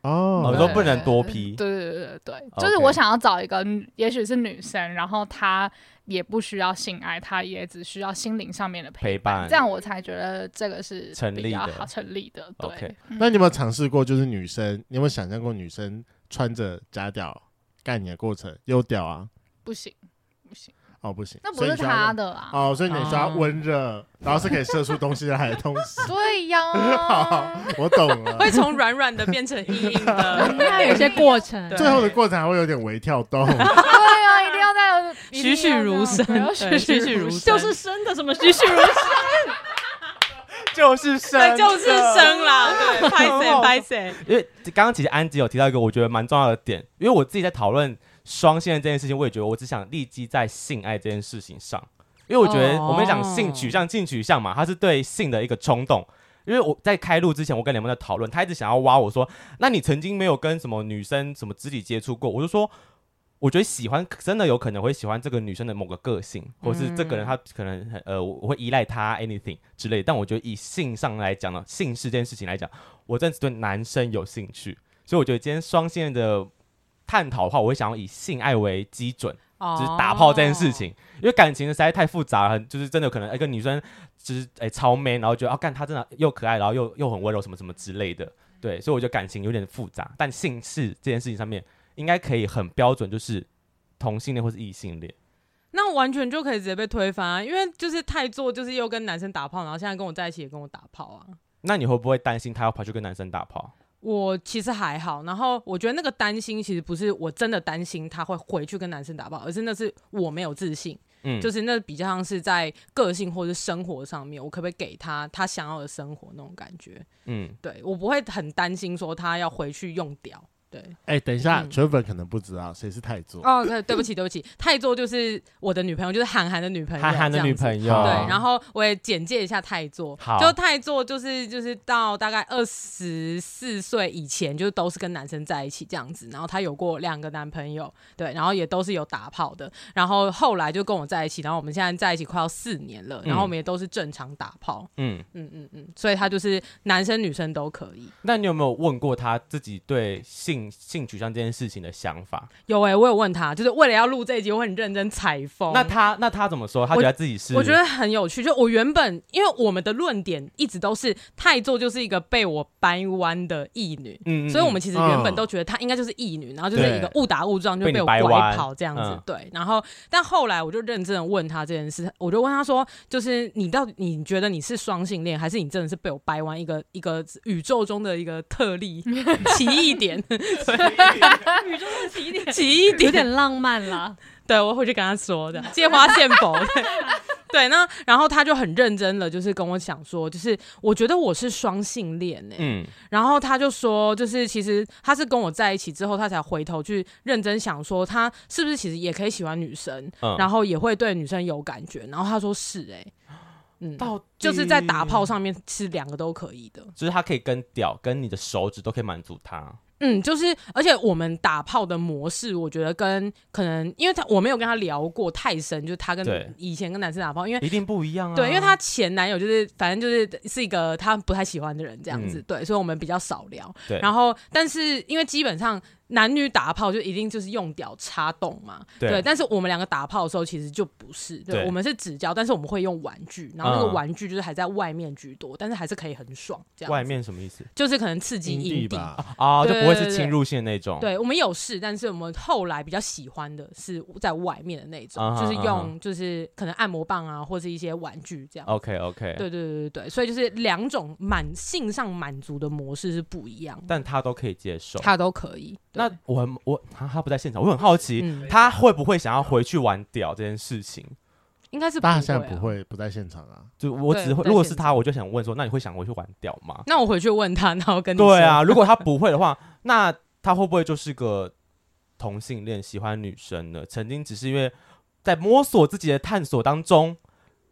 哦
我
对
说不能多批
对对对对对，
OK
就是我想要找一个，嗯也许是女生，然后她也不需要性爱，她也只需要心灵上面的
陪
陪伴，
伴
这。样我才觉得这个是
成立的
比较好成立的。对
OK
那你有没有尝试过，就是女生，你有没有想象过女生穿着假屌干你的过程？有屌啊？
不行不行，
哦，不行，
那不是
所以你需要
她的啦。
哦，所以你需要温热，然后是可以射出东西来的东西。
对呀、
好 [LAUGHS] 好，
[LAUGHS]
[LAUGHS] 我懂了
会。从软软的变成硬硬的。
它有些过程，
对
最后的过程还会有点微跳动，
对啊，一定要在
[LAUGHS] 栩栩如生
一定要这样
对
栩
栩
栩
栩
如
如
生
生。
就是生的什么栩栩如生，
就是生
对，就是生啦，对，拍谁拍谁，
因为刚刚其实安吉有提到一个我觉得蛮重要的点，因为我自己在讨论双性恋这件事情，我也觉得我只想立基在性爱这件事情上，因为我觉得
哦
我们讲性取向、性取向嘛，它是对性的一个冲动。因为我在开录之前，我跟联盟在讨论，他一直想要挖我说，那你曾经没有跟什么女生什么肢体接触过？我就说，我觉得喜欢真的有可能会喜欢这个女生的某个个性，或是这个人他可能很呃，我我会依赖他 anything 之类的。但我觉得以性上来讲呢，性事这件事情来讲，我真的只对男生有兴趣，所以我觉得今天双性恋的探讨的话，我会想要以性爱为基准，
就
就是打炮这件事。
哦
情，因为感情实在太复杂了，很就是真的有可能一个哎女生就是哎、超 man，然后觉得啊干她真的又可爱，然后又又很温柔什么什么之类的，
嗯
对，所以我觉得感情有点复杂，但性事这件事情上面应该可以很标准，就是同性恋或是异性恋，
那完全就可以直接被推翻啊，因为就是太做，就是又跟男生打炮，然后现在跟我在一起也跟我打炮啊。
那你会不会担心她要跑去跟男生打炮？
我其实还好，然后我觉得那个担心其实不是我真的担心他会回去跟男生打炮，而是那是我没有自信。
嗯，
就是那比较像是在个性或者生活上面，我可不可以给他他想要的生活那种感觉？
嗯，
对我不会很担心说他要回去用掉。对，
哎，等一下，
嗯
圈粉可能不知道谁是泰铢，
哦，对，对不起，对不起，泰座就是我的女朋友，就是韩寒的女朋友，
憨憨的女
友。
朋友，
对，然后我也简介一下泰座
啊好，
就泰座就是就是到大概二十四岁以前，就是都是跟男生在一起这样子，然后她有过两个男朋友，对，然后也都是有打炮的，然后后来就跟我在一起，然后我们现在在一起快要四年了，然后我们也都是正常打炮，
嗯。
嗯嗯嗯，所以她就是男生女生都可以。
那你有没有问过他自己对性性性取向这件事情的想法。
有哎、我有问他，就是为了要录这一集，我很认真采风。
那他那他怎么说？他觉得自己是
哦我觉得很有趣，就我原本因为我们的论点一直都是泰座就是一个被我掰弯的异女，
嗯，嗯
所以我
嗯
们其实原本都觉得她应该就是异女，然后就是一个
对
误打误撞就
被你
被我
掰
拐
弯
跑这样子。
嗯
对，然后但后来我就认真的问她这件事，我就问她说，就是你到底你觉得你是双性恋，还是你真的是被我掰弯一个 [LAUGHS] 一个宇宙中的一个特
[LAUGHS]
例奇异点？
宇宙的起点
奇异点 [LAUGHS]
[LAUGHS] 有点浪漫啦，
对，我回去跟他说的，借花献佛。 [LAUGHS] 对对，那然后他就很认真了，就是跟我讲说，就是我觉得我是双性恋呢、欸
嗯
然后他就说，就是其实他是跟我在一起之后，他才回头去认真想说，他是不是其实也可以喜欢女生，
嗯，
然
后
后也会对女生有感觉。然后他说是哎、嗯，
到
就是在打炮
底，
上面是两个都可以的。
就是他可以跟屌跟你的手指都可以满足他。
嗯，就是，而且我们打炮的模式，我觉得跟可能，因为他我没有跟他聊过太深，就是他
对
跟以前跟男生打炮，因为
一定不一样啊！
对，因为她前男友就是反正就是是一个她不太喜欢的人这样子，
嗯
对，所以我们比较少聊。
对
然后，但是因为基本上男女打炮就一定就是用屌插洞嘛，
对
但是我们两个打炮的时候其实就不是，对，
对
我们是指交，但是我们会用玩具，然后那个
嗯
玩具就是还在外面居多，但是还是可以很爽这样子。
外面什么意思
就是可能刺激
地
阴蒂。
吧，
啊？就
对
不会
对
是
对
侵入性的那种。
对我们有试，但是我们后来比较喜欢的是在外面的那种，
啊哈
就是
啊
用
哈
就是可能按摩棒啊，或是一些玩具这样子。
，OK OK。
对对对对对，所以就是两种满性上满足的模式是不一样的，
但他都可以接受。
他都可以。
那
对
我很我他他不在现场，我很好奇、
嗯，
他会不会想要回去玩屌这件事情。
应该是
大家
不
现在
会啊
不。会不在现场啊，
就我
对
只会
不在
如果是
现
他，
场
我就想问说，那你会想回去玩屌吗？
那我回去问他，然后跟你
对啊，
说，
如果他不会的话， [LAUGHS] 那他会不会就是个同性恋，喜欢女生呢？曾经只是因为在摸索自己的探索当中，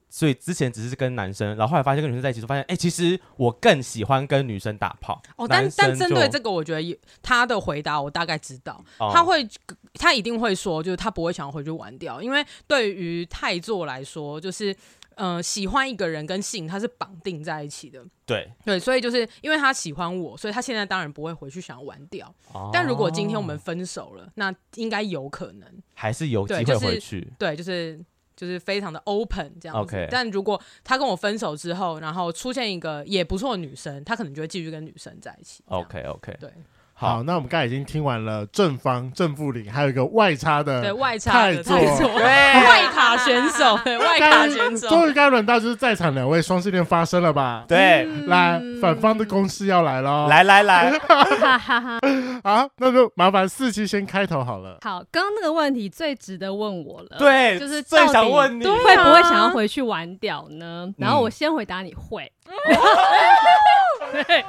所以之前只是跟男生，然后后来发现跟女生在一起，就发现哎、其实我更喜欢跟女生打炮。
哦，但
男生
但针
就
对这个，我觉得有他的回答我大概知道，
哦
他会他一定会说，就是他不会想要回去玩掉，因为对于泰座来说，就是。呃，喜欢一个人跟性，它是绑定在一起的，
对，
对，所以就是因为他喜欢我，所以他现在当然不会回去想要玩掉。但如果今天我们
哦
分手了，那应该有可能，
还是有机
对
会
就是
回去，
对，就是就是非常的 open 这样子。
OK
但如果他跟我分手之后，然后出现一个也不错的女生，他可能就会继续跟女生在一起。这样
OK OK，
对
好，
好，
那我们刚才已经听完了正方、正负零，还有一个外插
对
嗯
的。
外插的
太
太
做
做外卡选手，对外卡
该
选手。
终于该轮到就是在场两位双性恋发生了吧？
对，
嗯
来，反方的公式要来喽！，
来来来，
哈哈哈。
啊，那就麻烦四期先开头好了。
好，刚刚那个问题最值得问我了，，
[LAUGHS]
对，
就是
最
到底
想问你，
对
会不会想要回去玩屌呢？然后我先回答你会。对，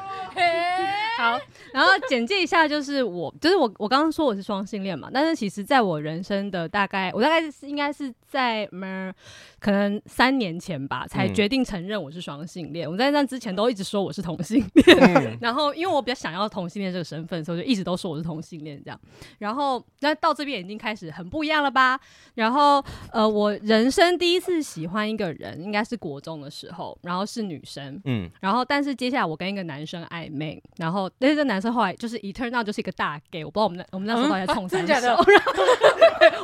好， [LAUGHS] 然后简介一下，就是我，就是我，我刚刚说我是双性恋嘛，但是其实在我人生的大概，我大概是应该是在嗯，可能三年前吧，才
嗯
决定承认我是双性恋。我在那之前都一直说我是同性恋，
[LAUGHS]
[LAUGHS]
嗯
然后因为我比较想要同性恋这个身份，所以我就一直都说我是同性恋这样。然后那到这边已经开始很不一样了吧？然后呃，我人生第一次喜欢一个人应该是国中的时候，然后是女生。
嗯，
然后，但是接下来我跟一个男生暧昧，然后但是这男生后来就是一 turn out 就是一个大 gay，我不知道我们那我们那时候到底在冲三
真
小，
假
[LAUGHS]
的
然后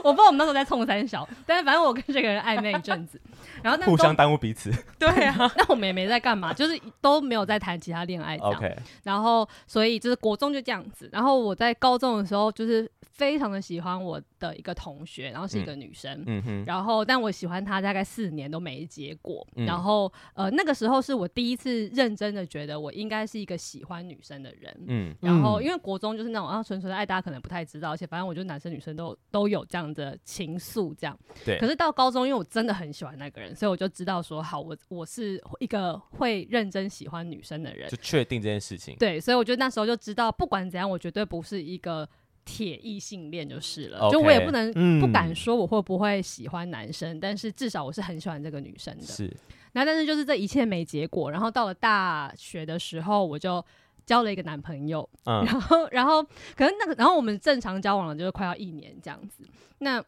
我不知道我们那时候在冲三小，但是反正我跟这个人暧昧一阵子，然后那
互
都
相耽误彼此。
[LAUGHS] 对啊，
那我们也没在干嘛，就是都没有在谈其他恋爱这样。
OK，
然后所以就是国中就这样子。然后我在高中的时候就是非常的喜欢我的一个同学，然后是一个女生。
嗯哼，
然后，但我喜欢她大概四年都没结果。
嗯
然后，呃，那个时候是我第一次认真的觉得我应该是一个喜欢女生的人。
嗯
然后，
嗯
因为国中就是那种啊纯纯的爱，大家可能不太知道，而且反正我觉得男生女生都都有这样的情愫，这样。
对
可是到高中，因为我真的很喜欢那个人，所以我就知道说，好，我我是一个会认真喜欢女生的人
就。确定这件事情。
对，所以我觉得那时候就知道，不管怎样，我绝对不是一个铁异性恋就是了。
OK
就我也不能、
嗯
不敢说我会不会喜欢男生，但是至少我是很喜欢这个女生的。
是，
那但是就是这一切没结果，然后到了大学的时候，我就。交了一个男朋友， [LAUGHS]
嗯
然后，然后，可能那个，然后我们正常交往了，就是快要一年这样子。那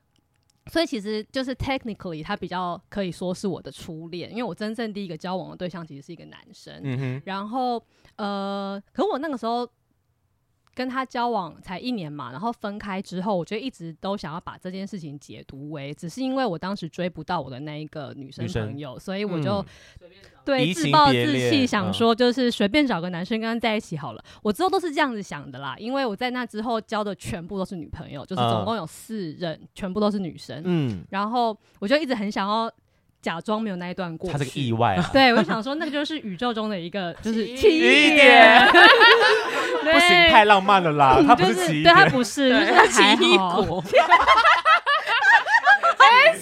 所以其实就是 technically，他比较可以说是我的初恋，因为我真正第一个交
嗯
往的对象其实是一个男生。
嗯哼，
然后呃，可我那个时候跟他交往才一年嘛，然后分开之后，我就一直都想要把这件事情解读为，只是因为我当时追不到我的那一个女生
女生
朋友，所以我就
嗯
对
移
自
情
暴
别
自
恋
弃，想
嗯
说就是随便找个男生跟他在一起好了。我之后都是这样子想的啦，因为我在那之后交的全部都是女朋友，就是
嗯
总共有四任，全部都是女生。
嗯，
然后我就一直很想要假装没有那一段过去。
他这个意外啊，
对，我就想说，那个就是宇宙中的一个，就是
哎
起
起
点
点，
不
对
行，太浪漫了
[LAUGHS]
啦，他不
嗯就
奇
是哎对他
点，
不是，就
对
是他还
奇异
好
果，
[LAUGHS]
哎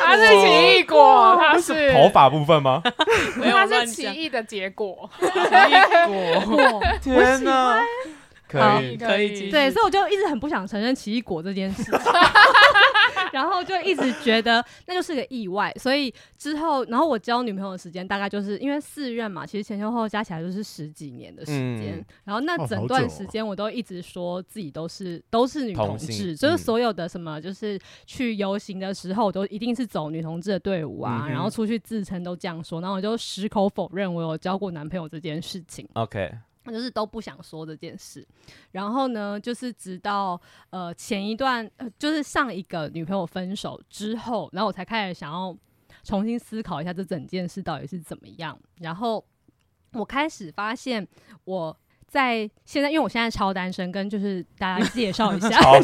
他哎是奇异果，他是
头发部分
[LAUGHS]
吗？
没有
他
乱
是奇
讲
异的结果，
奇异果，
果
天
啊
哪，可
好
以，
可以继续
对，所以我就一直很不想承认奇异果这件事情， [LAUGHS] 然后就一直觉得那就是个意外，所以之后，然后我交女朋友的时间大概就是因为四任嘛，其实前前后后加起来就是十几年的时间，
嗯
然后那
哦好
整
久
段
哦
时间我都一直说自己都是都是女
同
同
性
志，就是
嗯
所有的什么就是去游行的时候，我都一定是走女同志的队伍啊
嗯，哼
然后出去自称都这样说，然后我就矢口否认我有交过男朋友这件事情。
OK，
我就是都不想说这件事。然后呢，就是直到呃前一段、呃就是上一个女朋友分手之后，然后我才开始想要重新思考一下这整件事到底是怎么样。然后我开始发现我。在现在，因为我现在超单身，跟就是大家介绍一下， [LAUGHS]
超
[LAUGHS] 我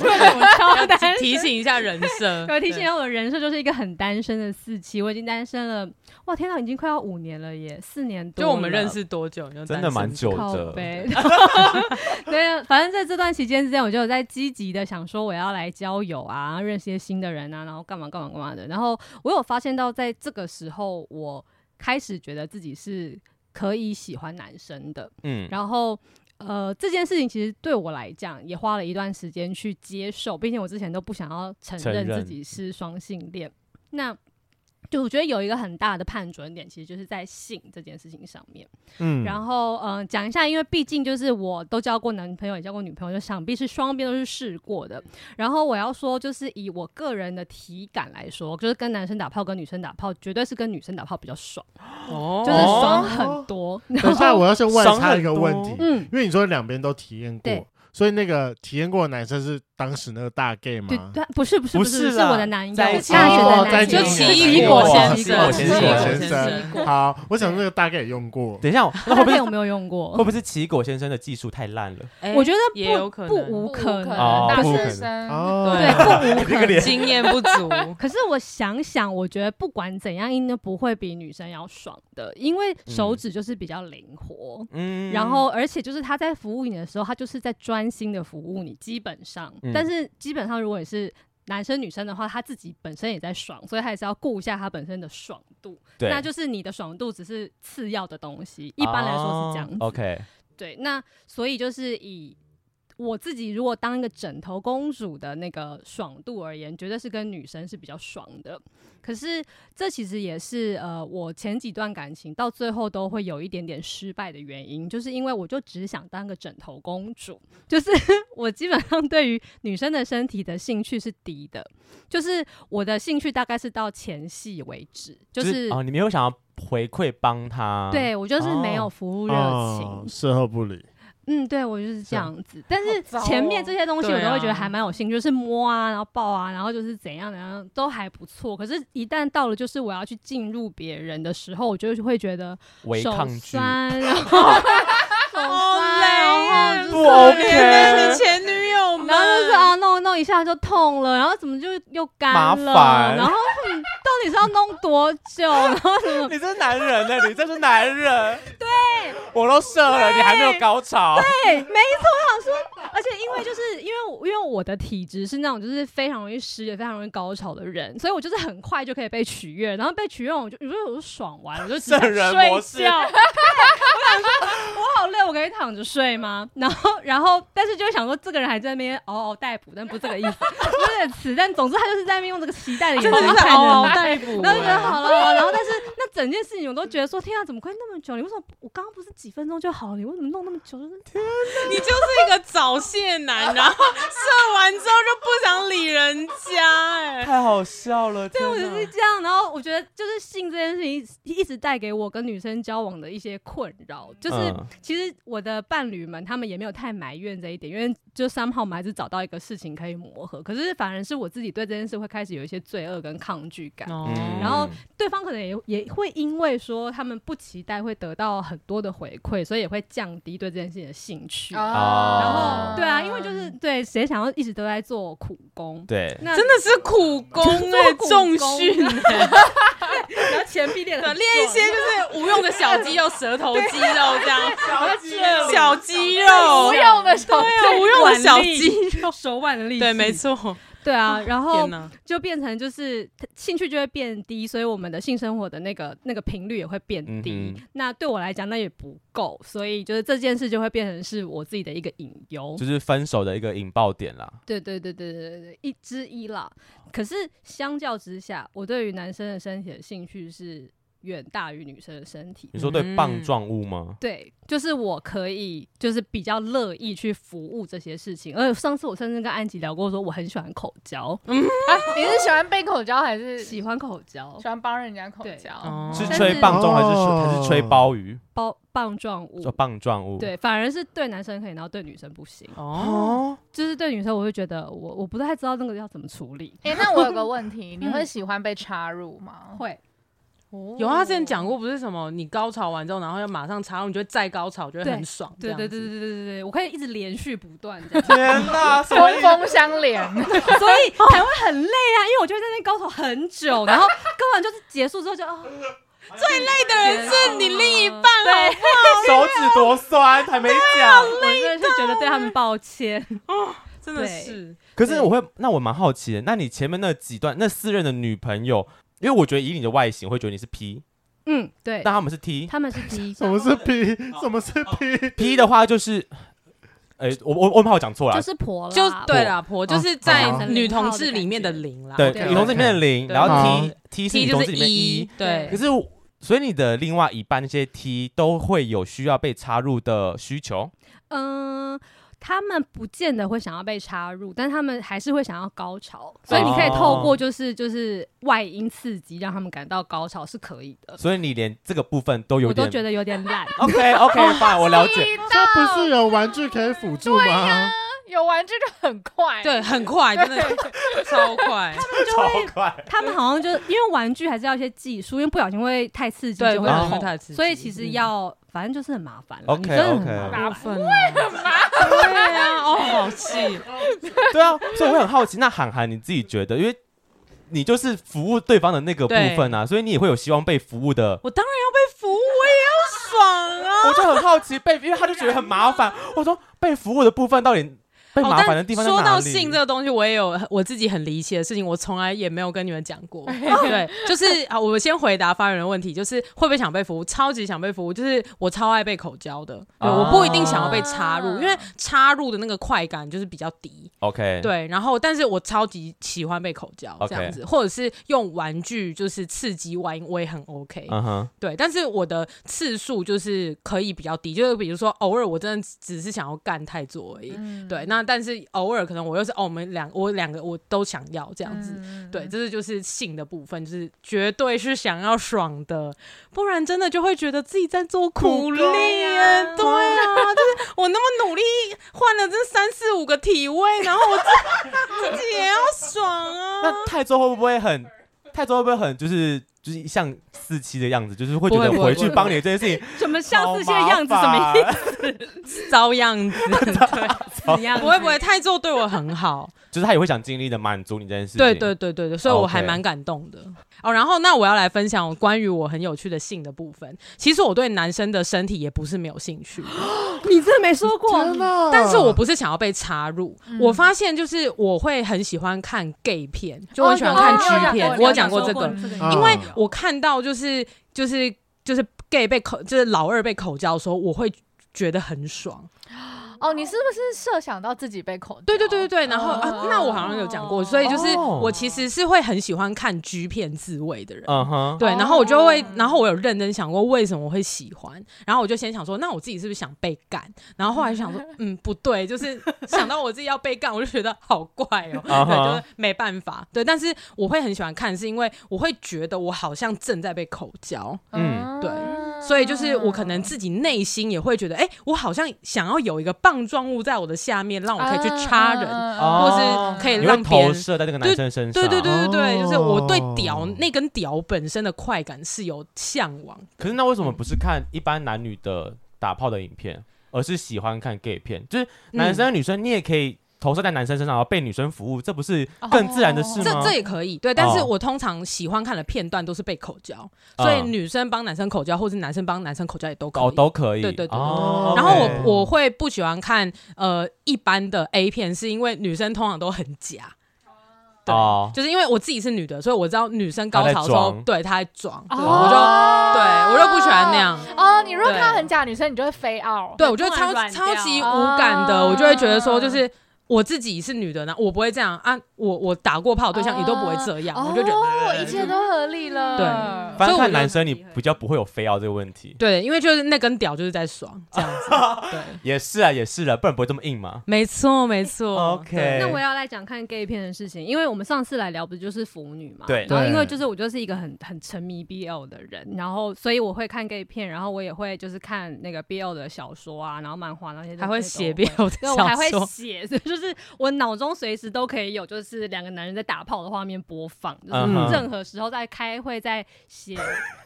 超单身，
提醒一下人设，
[LAUGHS] 我提醒一下我的人设就是一个很单身的四期，我已经单身了，哇，天哪，已经快要五年了耶，四年
对，
多
就
了，
我们认识多久？你就
真
单
的
身
蛮久
靠
的，
[LAUGHS] 背。对啊，反正在这段期间之间，我就有在积极的想说我要来交友啊，认识一些新的人啊，然后干嘛干嘛干嘛的。然后我有发现到，在这个时候，我开始觉得自己是可以喜欢男生的。
嗯，
然后呃，这件事情其实对我来讲也花了一段时间去接受，毕竟我之前都不想要承
承
认自
认
己是双性恋。那就我觉得有一个很大的判准点，其实就是在性这件事情上面。
嗯
然后嗯、呃讲一下，因为毕竟就是我都交过男朋友，也交过女朋友，就想必是双边都是试过的。然后我要说，就是以我个人的体感来说，就是跟男生打炮跟女生打炮，绝对是跟女生打炮比较爽，
哦，
就是爽很多。
等一下我要先问他一个问
伤很
题，
多
[LAUGHS]
嗯，
因为你说两边都体验
对
过，所以那个体验过的男生是当时那个大 gay
对
吗？
对，不是不是
不
是，
是
是
啦
我的男友，
在
大
一起
学的
哦在
男
一
友，
起
就
的
奇
男
异
友
果
哇
先
奇异
生，
果
先
生
哦先
生果
好，我想那个大 gay 也用过，
等一下，那会
但
不
是
会
有没有
[LAUGHS]
用
会不
过？
会是奇果先生的技术太烂
[LAUGHS]
了？
哎
我觉得
也有可
不
能
不无可
不
哦
能，
大
但
不
是
可
学
能
生。
哦，
对不无
那
可
个
能
脸。
哎经验不足，
可是我想想，我觉得不管怎样，应该不会比女生要爽的，因为手指就是比较灵活。
[LAUGHS] 嗯
然后，而且就是他在服务你的时候，他就是在专心的服务你，基本上。
嗯
但是基本上，如果你是男生女生的话，他自己本身也在爽，所以他也是要顾一下他本身的爽度。
对，
那就是你的爽度只是次要的东西，一般来说是这样子。
哦 OK，
对，那所以就是以我自己如果当一个枕头公主的那个爽度而言，绝对是跟女生是比较爽的。可是这其实也是呃，我前几段感情到最后都会有一点点失败的原因，就是因为我就只想当个枕头公主，就是 [LAUGHS] 我基本上对于女生的身体的兴趣是低的，就是我的兴趣大概是到前戏为止，就是。
哦，你没有想要回馈帮他，
对，我就是没有
哦
服务热情，
哦，事后不理，
嗯，对，我就是
是
这
啊
样子。但
好
是
糟
前面
哦
这些东西我
对
都会觉
啊
得还蛮有兴趣，就是摸啊，然后抱啊，然后就是怎样怎样都还不错。可是，一旦到了就是我要去进入别人的时候，我就会觉得
为
手
抗拒，
酸，然后
好
手酸，然后
累哦
就是
不 OK
怜你前女友们，
然后就是啊，弄弄一下就痛了，然后怎么就又
麻
干
烦
了，然后、嗯、到底是要弄多久？然后
[LAUGHS]
什么？
你这是男人呢、你这是男
[LAUGHS]
人，对，我都射了，你还没有高潮，
哎对，没错，我想说，而且因为就是因为我因为我的体质是那种就是非常容易湿也非常容易高潮的人，所以我就是很快就可以被取悦，然后被取悦我就我就我就爽完，
[LAUGHS]
我就只想
圣
睡
人
觉。
模式
对我
啊
想说，我哦好累，我可以躺着睡吗？然后然后但是就会想说，这个人还在那边哦嗷嗷待哺，但不是这个意思，不是 [LAUGHS] 这个词，但总之他就是在那边用这个期待的眼哦
真
神
的
看
是嗷嗷
着你。
待哺
然后就觉得
欸，
好了，好了然后但是那整件事情我都觉得说，天啊，怎么会那么久？你为什么不我刚刚不是几分钟就好了？你为什么弄那么久？就是
你就是一个早泄男，然后射完之后就不想理人家、
[LAUGHS]
哎，
太好笑了。
对
天
我就
哪
是这样。然后我觉得就是性这件事情一一直带给我跟女生交往的一些困扰，就是
嗯
其实我的伴侣们他们也没有太埋怨这一点，因为就 somehow 我们还是找到一个事情可以磨合。可是反而是我自己对这件事会开始有一些罪恶跟抗拒感。
哦
嗯
然后对方可能也也会因为说他们不期待会得到很多的回馈，所以也会降低对这件事情的兴
啊
趣。
哦
哦
然
然
后对啊，因为就是对谁想要一直都在做苦工，
对，
那
[LAUGHS] 真的是苦工哎、
苦工
重训哎、
然后前臂练得
对
很
练一些就是无用的小肌肉、舌头肌肉这样， [LAUGHS]
小肌
小肌肉，
无用的手
对啊，无用的小肌，
肌肉、手腕的力气，
对，没，错，
对啊，然后
天哪，
就变成就是兴趣就会变低，所以我们的性生活的那个那个频率也会变低。
嗯哼
那对我来讲，那也不够，所以就是这件事就会变成是我自己的一个隐忧。
就是分手的一个引爆点啦。
对对对对对对对，一之一啦。可是相较之下，我对于男生的身体的兴趣是远大于女生的身体
你。说对棒状物吗？
对，就是我可以，就是比较乐意去服务这些事情。而且上次我甚至跟安吉聊过，说我很喜欢口交，
啊你是喜欢被口交还是喜
喜欢口交，
欢帮人家口
对
哦
交？
是
嗯但
吹
是
棒状还是吹
哦
还是吹鲍鱼？
包棒状物
就。棒状物。
对，反而是对男生可以，然后对女生不行。
哦，
就是对女生，我会觉得我我不太知道那个要怎么处理。
哎，那我有个问题，你会喜欢被插入吗？
会，哦
有啊他之前讲过，不是什么你高潮完之后，然后要马上插入，你就会再高潮，就会很爽，
对对对
这样
对
子。
对对对，我可以一直连续不断这样。 [LAUGHS]
天哪，什么意
针
思？
锋相连。
所以才会很累啊，因为我就会在那边高潮很久，然后根本就是结束之后就啊，
最累的人是你另一半，好不好
手指多酸，还没讲。
我真的是觉得对他们抱歉。
真的是
可是我会，那我蛮好奇的，那你前面那几段那四任的女朋友，因为我觉得以你的外形，我会觉得你是 P，
嗯，对
那，他们是 T。
[LAUGHS] 他们是第一，
什么是 P？什
哦
么是 P？
P 的话就是，哎、我我我怕我讲错了
[LAUGHS] 就，是婆啦，
就对啦，婆就是在
啊
女同志里面的零啦，
对，
啊对嗯
女同志里面的零，
对
然后
对
T T 是
T
女
就
同
是
志里面
一
一，，
对
可，是我所以你的另外一半那些 T 都会有需要被插入的需求，
嗯。他们不见得会想要被插入，但他们还是会想要高潮，所以你可以透过就是就是外因刺激让他们感到高潮是可以的。
所以你连这个部分都有
我都
点
觉得有点
[LAUGHS]
懒， [LAUGHS]
OK OK fine，我了解。
这不是有玩具可以辅助吗？
有玩具就很快，
对，很快，真的 [LAUGHS] 超快，
就会
快，
他们好像就因为玩具还是要一些技术，因为不小心会太刺激嗯
对
就
不
会
小心
痛
会太刺激
所以其实要、反正就是很麻烦啦
OK，
你真的很
OK
麻
大
烦。
分啊对啊，哦，好气，
对啊，所以我很好奇，那韩寒你自己觉得，因为你就是服务对方的那个部分啊，所以你也会有希望被服务的。
我当然要被服务，我也要爽啊。
我就很好奇被，因为他就觉得很麻烦。我说被服务的部分到底被麻烦的地方在
哦但
哪
说
里？
到性这个东西，我也有我自己很离奇的事情，我从来也没有跟你们讲过。对，就是啊，我先回答发言人的问题，就是会不会想被服务？超级想被服务，就是我超爱被口交的。对，
啊
我不一定想要被插入，因为插入的那个快感就是比较低。
OK，，
对，然后但是我超级喜欢被口交
OK
这样子，或者是用玩具就是刺激玩，我也很 OK。
嗯哼，
对，但是我的次数就是可以比较低，就是比如说偶尔我真的只是想要干太做而已。对，那但是偶尔可能我又是哦，我们两我两个我都想要这样子。
嗯
对，这是就是性的部分，就是绝对是想要爽的，不然真的就会觉得自己在做苦力啊。对啊，就是我那么努力换了这三四五个体位，然后我自自己也要
[LAUGHS]
爽啊。
那泰州会不会很？泰州会不会很就是就是像四期的样子，就是会觉得
不会不
回
会
去帮你这件事
[LAUGHS]
情
怎么像
好麻烦，
是现在样子？什么意
思？
糟样子， [LAUGHS] 对，
思样子？
不会不会，泰做对我很好。
[LAUGHS] 就是他也会想尽力的满足你这件事情。
对对对对对，所以我还
OK
蛮感动的。哦，然后那我要来分享关于我很有趣的性的部分。其实我对男生的身体也不是没有兴趣，
嗯
你真的没说过，
天哪！
但是我不是想要被插入。
嗯
我发现就是我会很喜欢看 gay 片，就我很喜欢
有
看
有
G 片，
哦有
我有
讲
讲过
过
这
有
个
讲，
过
因
嗯
为我看到就是就是就是 gay 被口就是老二被口交的时候，我会觉得很爽。
哦，你是不是设想到自己被口？
对对对对对，然后、啊
哦，
那我好像有讲过，所以就是
哦
我其实是会很喜欢看 G 片自慰的人。
嗯哼，
对，然后我就会
哦，
然后我有认真想过为什么我会喜欢，然后我就先想说，那我自己是不是想被干？然后后来想
[LAUGHS]
说，嗯，不对，就是想到我自己要被干，我就觉得好怪哦、
[LAUGHS] 啊哈
对，就是没办法，对。但是我会很喜欢看，是因为我会觉得我好像正在被口交，
嗯
对所以就是我可能自己内心也会觉得，哎、我好像想要有一个棒状物在我的下面，让我可以去
啊
插人，
哦
或是可以
你会
让别
投
人
射在那个男生身上，
对对对对对，就是我对屌
哦
那根屌本身的快感是有向往，
可是那为什么不是看一般男女的打炮的影片，而是喜欢看 gay 片？就是男生女生你也可以投射在男生身上，然后被女生服务，这不是更自然的事
是
嗯这
吗？
这也可以对。但是
哦
我通常喜欢看的片段都是被口交，所以
嗯
女生帮男生口交，或是男生帮男生口交也都可
哦
以。
都可以，
对对对对
哦
然后
OK
我我会不喜欢看呃一般的 A 片，是因为女生通常都很假，对
哦
就是因为我自己是女的，所以我知道女生高
她在
潮的时候
装
对她在装，对
哦
我就对我就不喜欢那样。
哦，你如果看到
对
很假的女生，你就会飞傲。
对，我觉得
突
超
然软
超
掉
级无感的，
哦
我就会觉得说，就是我自己是女的呢，我不会这样啊，我我打过炮的对象也都不会这样，我就觉得。
哦，一切都合理了。
对
反
所以
正
我
看
就
男生你比较不会有非要这个问题，
对，因为就是那根屌就是在爽这样子，
[LAUGHS]
对，
也是啊也是了，不然不会这么硬嘛。
没错没错
OK
对
那我要来讲看 gay 片的事情，因为我们上次来聊不就是腐女嘛？
对
然后因为
对
就是我就是一个很很沉迷 BL 的人，然后所以我会看 gay 片，然后我也会就是看那个 BL 的小说啊，然后漫画那些都，
还会写
那些
BL
都会对，
的
我还
小
会
说，
写，所以就是我脑中随时都可以有，就是两个男人在打炮的画面播放，就是
嗯哼
任何时候在开会，在
[LAUGHS]
写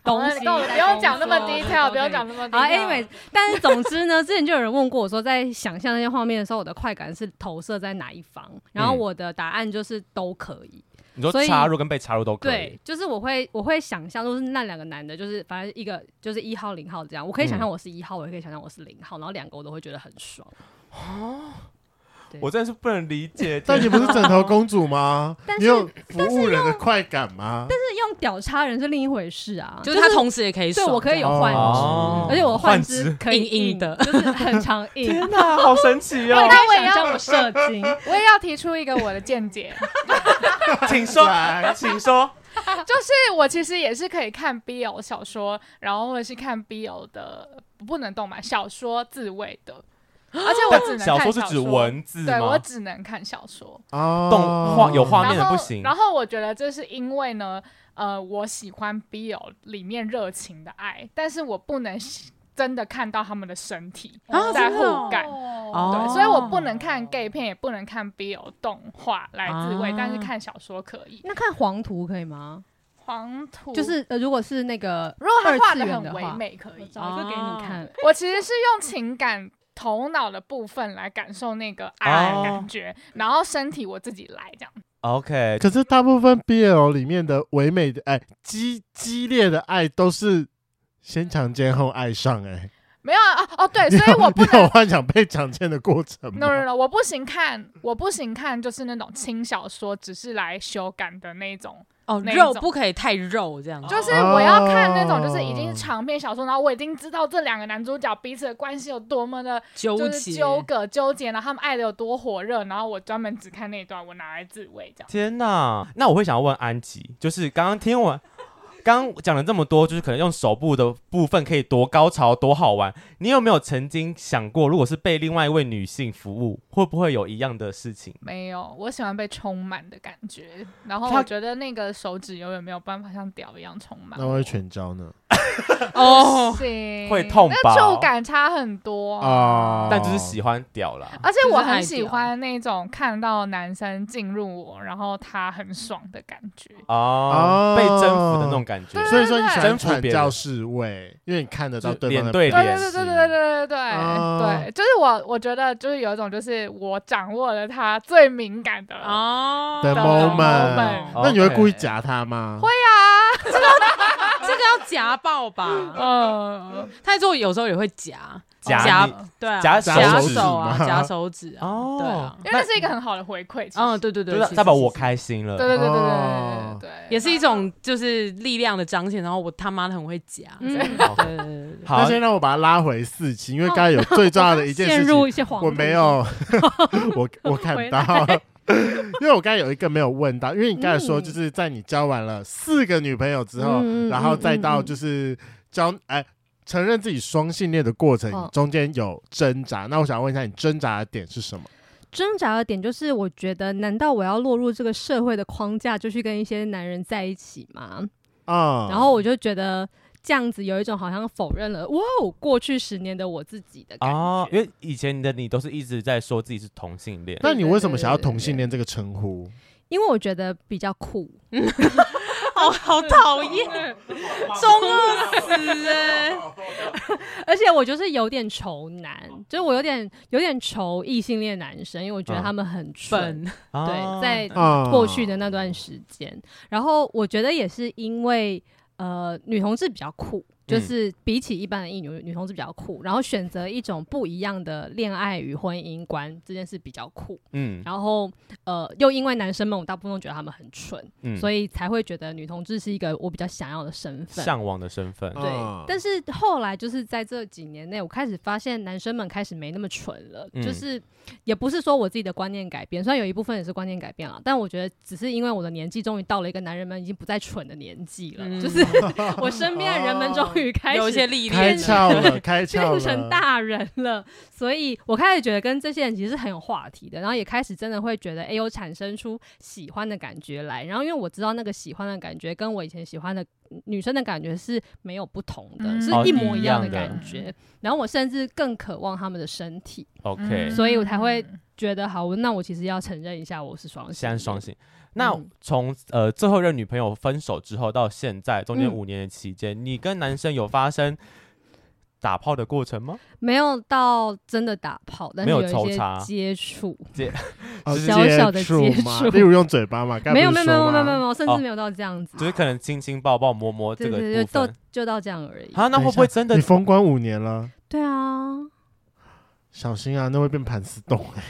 懂
东
了，
西，
你够了，
在
不用
工
讲那么
作
detail，
都
不用
可以
讲那么 detail。
好，anyway，但是总之呢，之前就有人问过我说，在想象那些画面的时候，我的快感是投射在哪一方？然后
嗯
我的答案就是都可以。
你说
所以
插入跟被插入都可以
对，，就是我会我会想象，就是那两个男的，就是反正一个就是一号零号这样，我可以想象我是一号，我也可以想象我是零号，然后两个我都会觉得很爽。对
我真的是不能理解。
但
天
你不是枕头公主吗
但？
你
是
有服务人的快感吗？
但是用屌插人是另一回事啊，
就是他同时也可以
对
爽，
我可以有
哦
幻肢，
哦
而且我的
幻
幻
肢
肢可以
硬硬的
就是很常 [LAUGHS] 硬。
天哪，好神奇
我 [LAUGHS]
哦！
可以想象我射 [LAUGHS] 精，
我也要提出一个我的见 [LAUGHS] 解，
请说
来，
请说。
就是我其实也是可以看 BL 小说，然后或者是看 BL 的不能动漫小说自慰 [GASPS] 的，而且我只能看
小
小
说是指文字
对我
吗？
只能看小说。
哦，
动画有画
然
面的
后
不行
然后我觉得这是因为呢，呃，我喜欢 BL 里面热情的爱，但是我不能喜真的看到他们的身体
啊
在
真的哦
互感。
哦
对，所以我不能看 gay 片，也不能看 BL 动画来自慰，
啊
但是看小说可以。
那看黄图可以吗？
黄土
就是呃，如果是那个
如果他
二
画
次
的
元
很
的
唯
话，哦
美，嗯可以。
找一个给你看。
我其实是用情感头脑的部分来感受那个爱
哦
的感觉，然后身体我自己来这样。
OK，
可是大部分 BL 里面的唯美的爱、激激烈的爱都是先强奸后爱上、哎，
没有啊，哦哦对，
你
所以
有
我不
[LAUGHS] 你有
[LAUGHS] 能。
幻想被强奸的过程
no
吗？
no no，我不行看，我不行看，就是那种轻小说，只是来修改的那种。
哦，
那一
肉
种
不可以太肉
哦
这样哦子，
就是我要看那
哦
种，就是已经是长篇小说，然后我已经知道这两个男主角彼此的关系有多么的
纠
就是
结
纠葛纠结，然后他们爱的有多火热，然后我专门只看那一段，我拿来自慰这样。
天呐，那我会想要问安吉，就是刚刚听完，刚刚讲了这么多，就是可能用手部的部分可以多高潮、多好玩。你有没有曾经想过，如果是被另外一位女性服务，会不会有一样的事情？
没有，我喜欢被充满的感觉，然后
他
我觉得那个手指永远没有办法像屌一样充满
那。我会全招呢？
哦，
行，
会痛吧
那触感差很多
哦
但就是喜欢屌啦。
而且
就是
我
爱
很喜
屌
欢那种看到男生进入我，然后他很爽的感觉。
哦
哦，啊
被征服的那种感觉，
所以说你喜欢
征服
传
别人
教士位，因为你看得到
就
对
脸
方的
对
对
脸
对对
是
对对对对对、
哦
对，就是我我觉得就是有一种就是我掌握了他最敏感的啊，
[LAUGHS] 哦，
的
的
moment。
moment
那你会
哦 OK
故意夹他吗？会
这个要夹爆吧？
嗯，
他在做有时候也会夹，
[LAUGHS] 夹
夹
嗯
你
对啊，
夹
夹
手指
手啊，
嘛
夹手指
[LAUGHS]
啊，对
哦
啊，
因为那是一个很好的回馈。其实
嗯，对对对
就，
其
是
实
代表我。
其实
开心了。
对对对对对
哦
对对对，
也是一种就是力量的彰显，然后我他妈的很会夹，
嗯
对
好
对对对对
那
[LAUGHS] 好，
先让我把它拉回四期，因为刚才
哦
有最重要的一件
[LAUGHS]
陷
事
入
情，
一些黄，
我没，有， [LAUGHS] 我我看到， [LAUGHS] 因为我刚才有一个没有问到，因为你刚才说
嗯
就是在你交完了四个女朋友之后，
嗯嗯
然后再
嗯
到
嗯
就是交哎。承认自己双性恋的过程
嗯
中间有挣扎，那我想问一下，你挣扎的点是什么？
挣扎的点就是，我觉得难道我要落入这个社会的框架，就去跟一些男人在一起吗？
啊、
然后我就觉得这样子有一种好像否认了哇哦，过去十年的我自己的
啊
感觉。
哦，因为以前的你都是一直在说自己是同性恋，
那你为什么想要
对对对
同性恋这个称呼？
因为我觉得比较
[LAUGHS]
酷，
好 [LAUGHS] 好讨厌，中二死哎！
而且我就是有点愁男，就是我有点有点愁异性恋男生，因为我觉得
嗯
他们很蠢。
本
哦
对，在
嗯
啊
嗯过去的那段时间，然后我觉得也是因为呃，女同志比较酷，就
嗯
是比起一般的异女，女同志比较酷，然后选择一种不一样的恋爱与婚姻观这件事比较酷。
嗯
然后呃，又因为男生们，我大部分都觉得他们很蠢，
嗯，
所
以
以才会觉得女同志是一个我比较想要的身份。
向往的身份，
对
嗯，
但是后来就是在这几年内，我开始发现男生们开始没那么蠢了，
嗯
就是也不是说我自己的观念改变，虽然有一部分也是观念改变了，但我觉得只是因为我的年纪终于到了一个男人们已经不再蠢的年纪了，
嗯
就是我身边的人们终于开始
哦有一些历
开
练，
窍了，开
[LAUGHS]
窍
变
了，
成大人了，所以我开始觉得跟这些人其实是很有话题的，然后也开始真的会觉得，哎、有产生出喜欢的感觉来。然后因为我知道那个喜欢的感觉跟我以前喜欢的女生的感觉是没有不同的，
嗯
是
哦
一模
一
一样
样
的
的
感觉。然后我甚至更渴望他们的身体，
嗯
OK，
所以我才会觉得好，那我其实要承认一下我是双性恋，
现在双性。那
嗯
从呃最后一任女朋友分手之后到现在，中间
嗯
五年的期间，你跟男生有发生打炮的过程吗？
没有到真的打炮，但是
没有
有
抽
一些
插
接触，
哦
小小的
触
接
嘛
触
例如用嘴
[LAUGHS]
巴嘛，刚才
没有
不
没
是
有没
说
有没
吗
有没有没有，甚
哦
至没有到这样子，
就是可能亲亲抱抱摸摸这
对
个
对对，
部
就
分。
就到这样而已。
啊，那
等一
会不会
下
真的
你封关五年了，
对啊，
小心啊，那会变盘丝洞哎、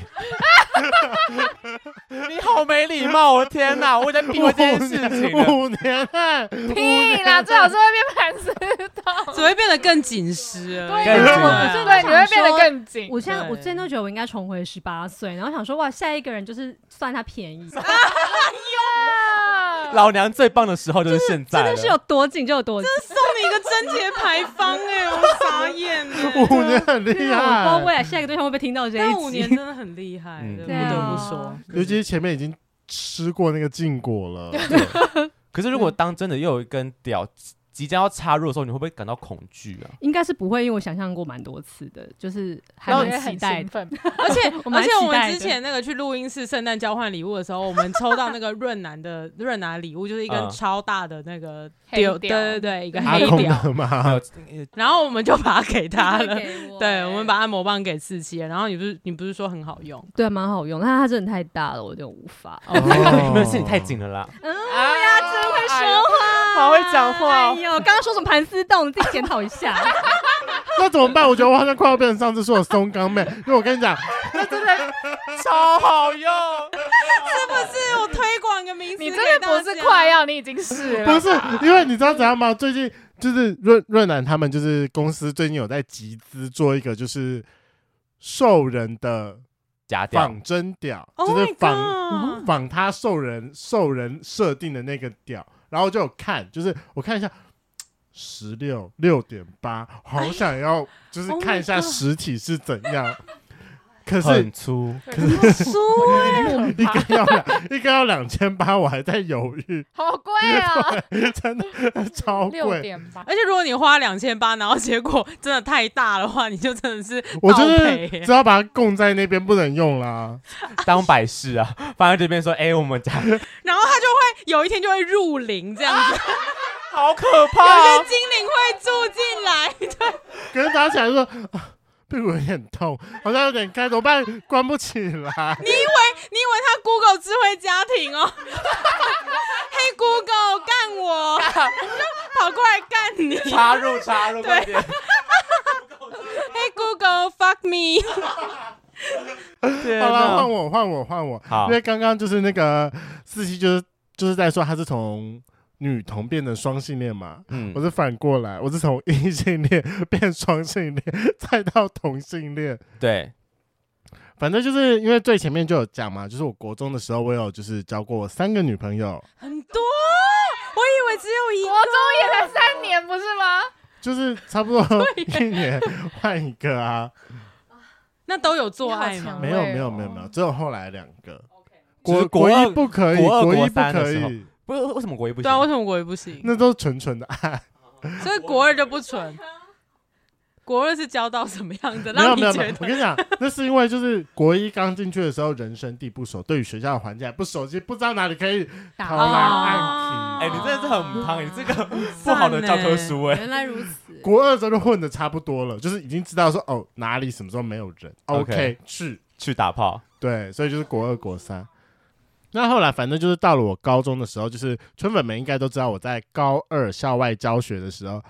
你好没礼貌！我的天哪，我已经避讳这件事情了。
五年哎、
嗯 [LAUGHS] 屁啦，最好是会变盘丝洞，
只会变得更紧实而已。
更紧
对，对你会变得更紧。
我现在
对
我之前都觉得我应该重回十八岁，然后想说哇，下一个人就是算他便宜，
哎啊
[LAUGHS] 老娘最棒的时候就是现在了，
真的是有多紧就有多紧。
送你一个贞节牌坊哎、我傻眼哎、
五年很厉
对啊我不知道未
害，
来下一个对象会不会听到这
但五
一
年
集？
真的很厉害，
嗯
对不
对啊
得不说。
尤其是前面已经吃过那个禁果了，
可是如果当真的又有一根屌即将要插入的时候，你会不会感到恐惧啊？
应该是不会，因为我想象过蛮多次的，就是还
然后
蛮期待的。
奋，
而且
[LAUGHS] 我
而
蛮
且我
期
们
待
之
[LAUGHS] 的。
前那个去录音室圣诞交换礼物的时候，我们抽到那个润南的润南礼物，就是一根
嗯
超大的那个
黑
丢，对
屌
对对，一个
阿
黑
空
屌，
的嘛，
然后我们就把它给他了。对，
对
我们把按摩棒给四七了，然后你不是你不是说很好用？
对蛮好用，但它真的太大了，我有点
[LAUGHS]
无法。
你们是你太紧了啦。
嗯，
啊
呀，真会
哎
哎
说
[LAUGHS]
话，好会讲话
哎
哦。
呦，刚刚说什么盘丝洞，你自己检讨一
[LAUGHS]
下。
那怎么办？我觉得我好像快要变成上次说的松冈妹， [LAUGHS] 因为我跟你讲，
超好用，
是不是？我推广个名词，
你真的不是快，要，你已经是
不
了。
是因为你知道怎样吗？最近就是润润南他们就是公司最近有在集资做一个就是兽人的
假屌
仿真屌，
Oh
就
my
是
god！
仿仿他兽人兽人设定的那个屌，然后就有看，就是我看一下十六六点八，好想
[LAUGHS]
要就是看一下
Oh my god
实体是怎
[LAUGHS]
样。可是
很粗，
输
木
一个要两一个要两千八，我还在犹豫，
好贵啊，
真的超
六
贵。
[LAUGHS]
点八。
[LAUGHS] 而且如果你花两千八，然后结果真的太大的话，你就真的是
我就
倒
是
赔耶
只要把它供在那边，不能用啦。
当摆饰啊，放在这边说，哎，我们家
然后它就会有一天就会入灵这样子，
[LAUGHS]
好可
哦
有
怕
些，精灵会住进来。
可是打起来说，啊屁股有点痛，好像有点开，怎么办？关不起来。
你以为你以为它 Google 智慧家庭哦？嘿 Google 干我，就跑过来干你。
[LAUGHS]
插入插入，快点，
嘿 Google 哦 fuck me，
[LAUGHS] 天
好了，
哪
换我，换我，换我。
好
因为刚刚就是那个四七，就是就是在说他是从女同变成双性恋嘛。
嗯
我是反过来，我是从异性恋变双性恋，再到同性恋。
对，
反正就是因为最前面就有讲嘛，就是我国中的时候，我有就是交过三个女朋友，
很多，我以为只有一
国
个。
中也才三年，不是吗？
就是差不多一年换一个啊，
那都有做爱
你好
吗
强？
没有没有没有没有，只有后来两个。
就是
国
国
国一
二
不可以，
国二
国一
国
不
三的
可
时候
以，
不是为什么国一不
对啊，为
行？
什么国一不
[LAUGHS]
行？
那都是纯纯的爱。
所以国二就不纯。国二是教到什么样的，
没有
让你
没有没
觉
有，我
得
跟你讲，那是因为就是国一刚进去的时候，人生地不熟，对于学校的环境还不熟悉，不知道哪里可以
打
好
包
啦
哦
哎、你真的是很胖，你这个不
赞
好的教科
欸
书哎、
原来如此，
国二真的混的差不多了，就是已经知道说哦哪里什么时候没有人
OK
，OK 去
去打炮。
对，所以就是国二国三。那后来反正就是到了我高中的时候，就是春粉们应该都知道，我在高二校外教学的时候，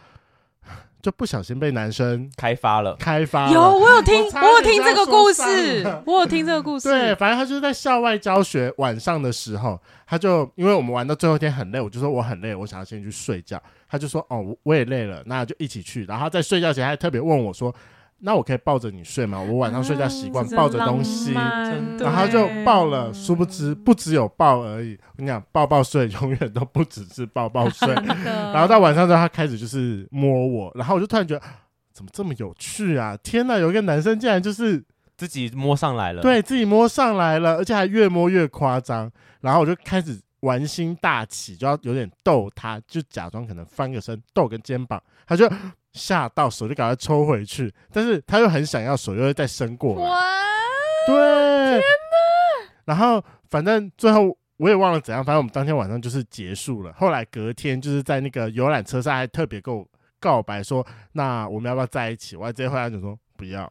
就不小心被男生
开发了，
开发了
有，我有听，
我差
我
点
有听这个故
就要说上
事
了，
我有听这个故
对，
事。
反正他就是在校外教学晚上的时候，他就因为我们玩到最后一天很累，我就说我很累，我想要先去睡觉。他就说哦，我我也累了，那就一起去。然后他在睡觉前还特别问我说，那我可以抱着你睡吗？我晚上睡觉习惯
嗯
抱着东西
真。浪漫
然后他就抱了，殊不知不只有抱而已。我跟你讲，抱抱睡 [LAUGHS] 永远都不只是抱
[LAUGHS]
抱睡。然
然
后到晚上之后，他开始就是摸我，然后我就突然觉得啊怎么这么有趣啊！天哪，有一个男生竟然就是
自己摸上来了。，
对自己摸上来了，而且还越摸越夸张。然后我就开始玩心大起，就要有点逗他，就假装可能翻个身，逗个肩膀，他就吓到手就赶快抽回去，但是他又很想要，手又会再伸过来。
哇，
对，天然后反正最后我也忘了怎样，反正我们当天晚上就是结束了。后来隔天就是在那个游览车上还特别跟我告白说，那我们要不要在一起？我还直接回答就说不要。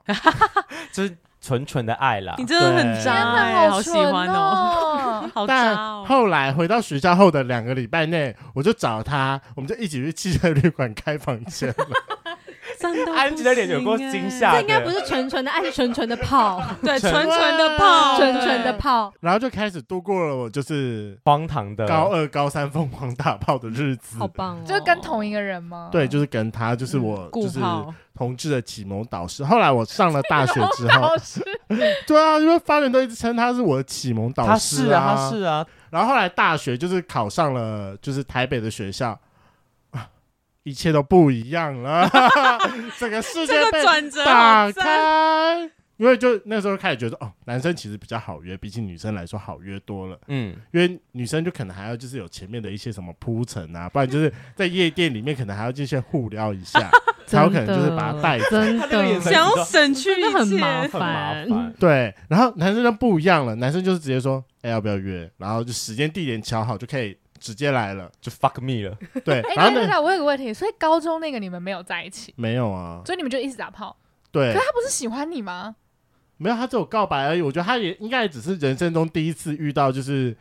就是纯纯的爱啦
你。真的很渣
天
欸，
哪，
好
好
喜
纯
欢哦， [LAUGHS]
哦。
好渣
但
哦。
后来回到学校后的两个礼拜内，我就找他，我们就一起去汽车旅馆开房间了。
真的，
安吉的脸有够惊吓，
这
的，
应该不是纯纯的爱，是纯纯的泡，
对，
纯
纯纯的泡，
纯纯的
对
泡。
然后就开始度过了我就是
荒唐的。
高二、高三疯狂打炮的日子
好。棒哦！
就是跟同一个人吗？
对，就是跟他，就是我，
固
就是
泡。
同志的启蒙导师。后来我上了大学之
[LAUGHS]
后
老，师，
对啊，因为发源都一直称他是我的启蒙导
他
师
是啊，他是啊，
然后后来大学就是考上了，就是台北的学校，啊一切都不一样了，整个世界
这
被
个转折
打
好赞，
开。因为就那时候开始觉得，哦，男生其实比较好约，比起女生来说好约多了。
嗯，
因为女生就可能还要就是有前面的一些什么铺陈啊，不然就是在夜店里面可能还要进去互撩一
[LAUGHS]
下，才有可能就是把他带走。
真
他那个眼
的
神
[LAUGHS]
想要省去
真的很
一切，
麻
很麻
烦
烦。
对，然后男生就不一样了，男生就是直接说，哎、要不要约？然后就时间地点瞧好就可以直接来了。
就 fuck me 了，
对，
[LAUGHS] 哎，
然
对
后
对
呢？
对，我有个问题，所以高中那个你们没有在一起，
没有啊，
所以你们就一直打炮。
对
可，他不是喜欢你吗？
没有，他只有告白而已。我觉得他也应该也只是人生中第一次遇到，就是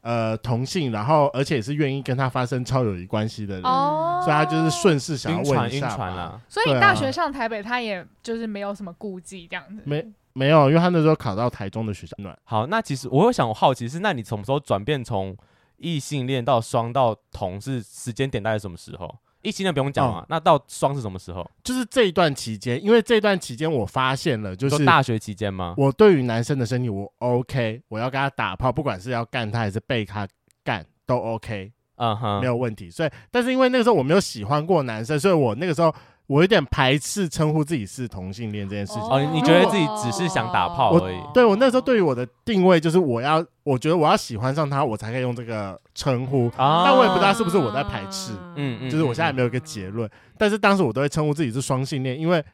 呃同性，然后而且也是愿意跟他发生超友谊关系的人，
哦，
嗯所以他就是。顺势想要
晕
问
船
一
晕
下
船
吧。
啦。
所以
对
你
啊
大学上台北，他也就是没有什么顾忌这样子。
没没有，因为他那时候考到台中的学校暖，
好，那其实我有想好奇是，那你什么时候转变从异性恋到双到同是时间点大概什么时候？异性恋不用讲
哦
嘛，那到双是什么时候？
就是这一段期间，因为这段期间我发现了，就
就是大学期间吗？
我对于男生的身体我 OK，我要跟他打炮，不管是要干他还是被他干都 OK，
嗯哼，
没有问题。所以，但是因为那个时候我没有喜欢过男生，所以我那个时候我有点排斥称呼自己是同性恋这件事情。
哦你你觉得自己只是想打炮而已
哦对我那时候对于我的定位就是我要，我觉得我要喜欢上他，我才可以用这个称呼。
啊
但我也不知道是不是我在排斥
嗯嗯
就是我现在还没有一个结论，但是当时我都会称呼自己是双性恋，因为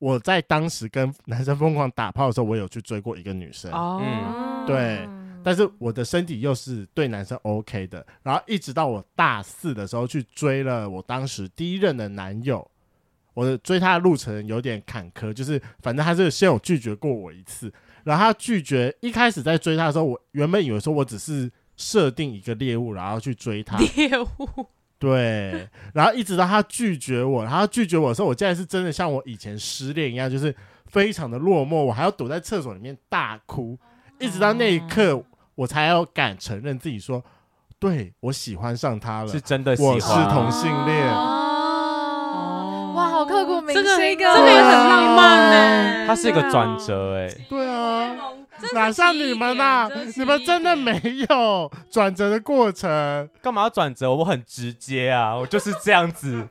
我在当时跟男生疯狂打炮的时候，我有去追过一个女生。
嗯
嗯
嗯
哦，
对，但是我的身体又是对男生 OK 的，然后一直到我大四的时候去追了我当时第一任的男友，我的追他的路程有点坎坷，就是反正他是先有拒绝过我一次，然后他拒绝一开始在追他的时候，我原本以为说我只是设定一个猎物，然后去追他，
猎物，
对，然后一直到他拒绝我，然后他拒绝我的时候，我竟然是真的像我以前失恋一样，就是非常的落寞，我还要躲在厕所里面大哭，一直到那一
哦
刻，我才要敢承认自己说，对我喜欢上他了
嗯是，真的喜欢，啊
我是同性恋。
哦，哇，好刻骨铭
这
心
个
哦，
这个也很浪漫啊呢、
它是一个转折哎、
对啊，
这是
哪像你
起
们
点
啊
这是？起
你们真的没有转折的过程。
干嘛要转折？我很直接啊，我就是这样子。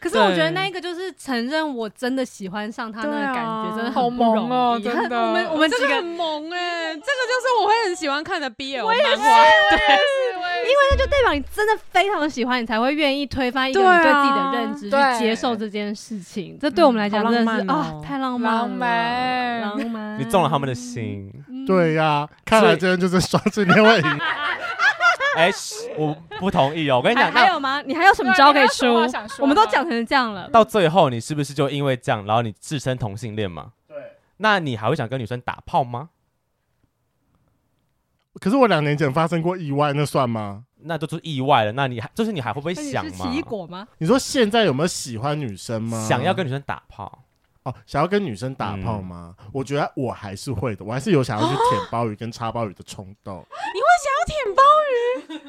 可是我觉得
对
那一个就是承认我真的喜欢上他那个
对啊
感觉，真的
好
很不容
萌哦
易
真
很
的
我们我们几
这个
个
很萌哎、这个就是我会很喜欢看的 BL 漫画。
因
因为那就代表你真的非常喜欢，你才会愿意推翻一个
对啊
你对自己的认知，
对
去接受这件事情。这对我们来讲
好
真
浪
的是
漫哦
啊，太浪漫了，
浪漫
浪漫。
你中了他们的心，
嗯，
对呀、看来真的就是双性恋会赢。 [LAUGHS]
哎、嘘我不同意哦。我跟你
还
讲，
还
那
有吗？你还 [LAUGHS] 有什
啊
么招可以出？我们都讲成这样了，
到最后你是不是就因为这样，然后你自身同性恋嘛？
对。
那你还会想跟女生打炮吗？
可是我两年前发生过意外，那算吗？
那都是意外了。那你还就是你还会不会
那你
想
是
吗
奇？异果吗？
你说现在有没有喜欢女生吗？
想要跟女生打炮？
哦，想要跟女生打炮吗？我觉得我还是会的，我还是有想要去舔鲍鱼跟插鲍鱼的冲动。
你会想要舔包